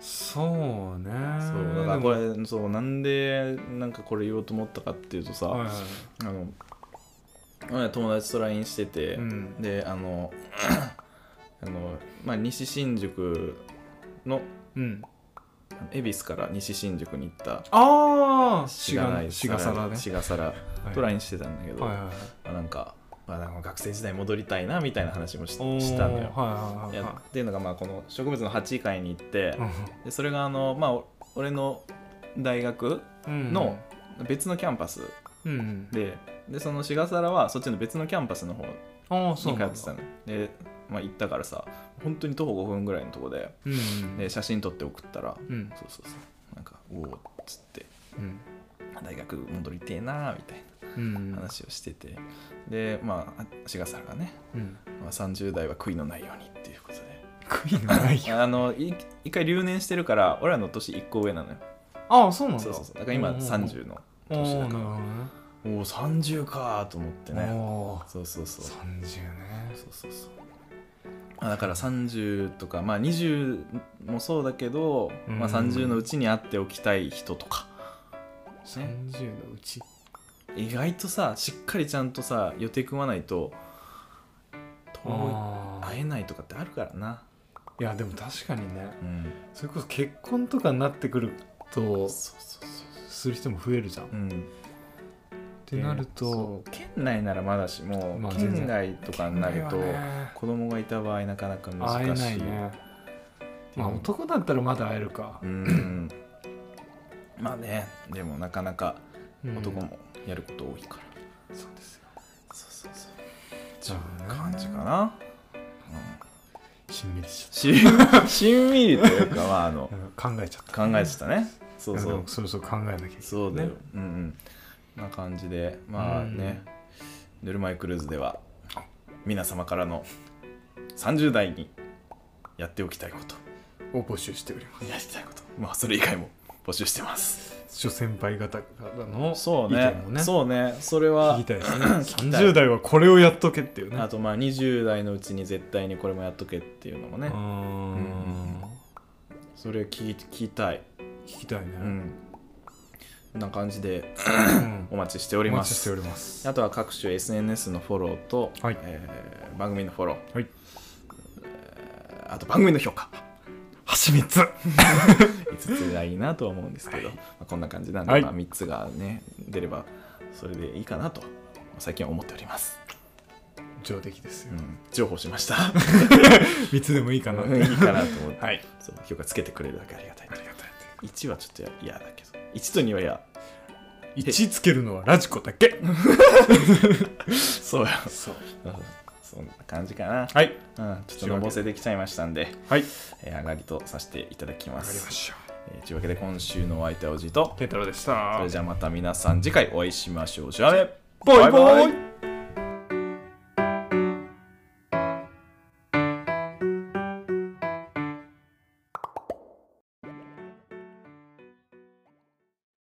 Speaker 1: そうね
Speaker 2: そうだから
Speaker 1: でも
Speaker 2: これそうなんでなんかこれ言おうと思ったかっていうとさ、
Speaker 1: はいはい
Speaker 2: あの俺友達と LINE してて、
Speaker 1: うん
Speaker 2: であの あの、まあ、西新宿の
Speaker 1: うん
Speaker 2: 恵比寿から西新宿に行った
Speaker 1: ああ
Speaker 2: しがない
Speaker 1: しがさらね
Speaker 2: しがさら
Speaker 1: はい
Speaker 2: と LINE してたんだけど、
Speaker 1: はいはいはい
Speaker 2: まあ、なんか、まあ、なんか学生時代戻りたいなみたいな話もし
Speaker 1: おー
Speaker 2: したのよ。
Speaker 1: はいいはいはい
Speaker 2: や
Speaker 1: は
Speaker 2: っていうのがまあこの植物の鉢会に行って
Speaker 1: い、
Speaker 2: でそれがあの、まあ、お俺の大学
Speaker 1: うん
Speaker 2: の別のキャンパス
Speaker 1: うんうん
Speaker 2: で,、でその志賀皿はそっちの別のキャンパスの方に
Speaker 1: ああそ
Speaker 2: 通
Speaker 1: うなん
Speaker 2: っ
Speaker 1: だ
Speaker 2: てたので、まあ、行ったからさ本当に徒歩5分ぐらいのとこで
Speaker 1: うん
Speaker 2: で写真撮って送ったら、
Speaker 1: うん
Speaker 2: そうそうそうなんかおおっつって
Speaker 1: うん
Speaker 2: 大学戻りてえなーみたい
Speaker 1: うん
Speaker 2: な話をしてて、でまあ志賀皿がね、
Speaker 1: うん
Speaker 2: まあ、30代は悔いのないようにっていうことで。
Speaker 1: 悔い のないよ
Speaker 2: あのい一回留年してるから俺らの年1個上なのよ
Speaker 1: ああそうなんだ
Speaker 2: そうそうそうだから今30の
Speaker 1: お
Speaker 2: 年だ
Speaker 1: おなる
Speaker 2: か
Speaker 1: ほ
Speaker 2: ら
Speaker 1: ど
Speaker 2: おお30かーと思って
Speaker 1: ね
Speaker 2: ね
Speaker 1: おー
Speaker 2: そうそうそう
Speaker 1: 30ね
Speaker 2: そうそうそうあだから30とかまあ20もそうだけど、
Speaker 1: うん
Speaker 2: まあ、30のうちに会っておきたい人とかね
Speaker 1: 30のうち
Speaker 2: 意外とさしっかりちゃんとさ予定組まないと遠い
Speaker 1: ああ
Speaker 2: 会えないとかってあるからな、
Speaker 1: いやでも確かにね
Speaker 2: うん、
Speaker 1: それこそ結婚とかになってくる
Speaker 2: そ
Speaker 1: と
Speaker 2: うそうそ
Speaker 1: する人も増えるじゃんっ
Speaker 2: う、うん、
Speaker 1: てなると
Speaker 2: そう県内ならまだしも、
Speaker 1: まあ全然
Speaker 2: 県外とかになると、
Speaker 1: 県内はね
Speaker 2: 子供がいた場合なかなか難し
Speaker 1: 会
Speaker 2: い
Speaker 1: えないねまあ男だったらまだ会えるか
Speaker 2: うんまあねでもなかなか
Speaker 1: うん
Speaker 2: 男もやること多いから、
Speaker 1: そうですよ
Speaker 2: そうそうそう
Speaker 1: じゃあね
Speaker 2: 感じかな、
Speaker 1: しんみりし
Speaker 2: ししん みりというかまああの
Speaker 1: ちゃったうん考えちゃった
Speaker 2: 考えてたねそうそ
Speaker 1: いやで
Speaker 2: う
Speaker 1: もそろそろ考えなきゃいけない
Speaker 2: そうだよ、
Speaker 1: ね
Speaker 2: うんうんな感じでまあね、ぬるま湯クルーズでは皆様からの30代にやっておきたいこと
Speaker 1: を募集しております
Speaker 2: やりたいことまあそれ以外も募集してます
Speaker 1: 諸先輩方からの
Speaker 2: そう
Speaker 1: 意
Speaker 2: ね
Speaker 1: 見もね
Speaker 2: そうねそれは
Speaker 1: 聞きたいですね
Speaker 2: たい
Speaker 1: 30代はこれをやっとけっていうね
Speaker 2: あとまあ20代のうちに絶対にこれもやっとけっていうのもね
Speaker 1: うーん
Speaker 2: うんそれ聞い聞きたい
Speaker 1: 聞きたいね、
Speaker 2: うんこんな感じで
Speaker 1: うん
Speaker 2: お待ちしており
Speaker 1: お
Speaker 2: ま
Speaker 1: 待ちしてお
Speaker 2: す
Speaker 1: ります
Speaker 2: あとは各種 SNS のフォローと、
Speaker 1: はい
Speaker 2: えー番組のフォロー、
Speaker 1: はい
Speaker 2: えーあと番組の評価
Speaker 1: 橋3つ
Speaker 2: 5つがいいなとは思うんですけど、まあ、こんな感じなんで、
Speaker 1: はい
Speaker 2: まあ、3つがね出ればそれでいいかなと最近は思っております、
Speaker 1: 上出来ですよ
Speaker 2: うん、情報しました
Speaker 1: 3つでもいいかなって、
Speaker 2: うんいいかなと思って、
Speaker 1: はい
Speaker 2: そう評価つけてくれるだけありがたい
Speaker 1: ありがたい
Speaker 2: 1はちょっとや嫌だけど1と2は嫌
Speaker 1: 1つけるのはラジコだけ
Speaker 2: そうや
Speaker 1: そう
Speaker 2: うん そんな感じかな、
Speaker 1: はい
Speaker 2: うん、ちょっとのぼせできちゃいましたんで、
Speaker 1: はい
Speaker 2: えー上がりとさせていただきま
Speaker 1: わかりますした
Speaker 2: えーというわけで今週のお相手はおじいと
Speaker 1: 健太郎でし
Speaker 2: そ
Speaker 1: た
Speaker 2: れじゃあまた皆さん次回お会いしましょうじゃあね
Speaker 1: バイバイ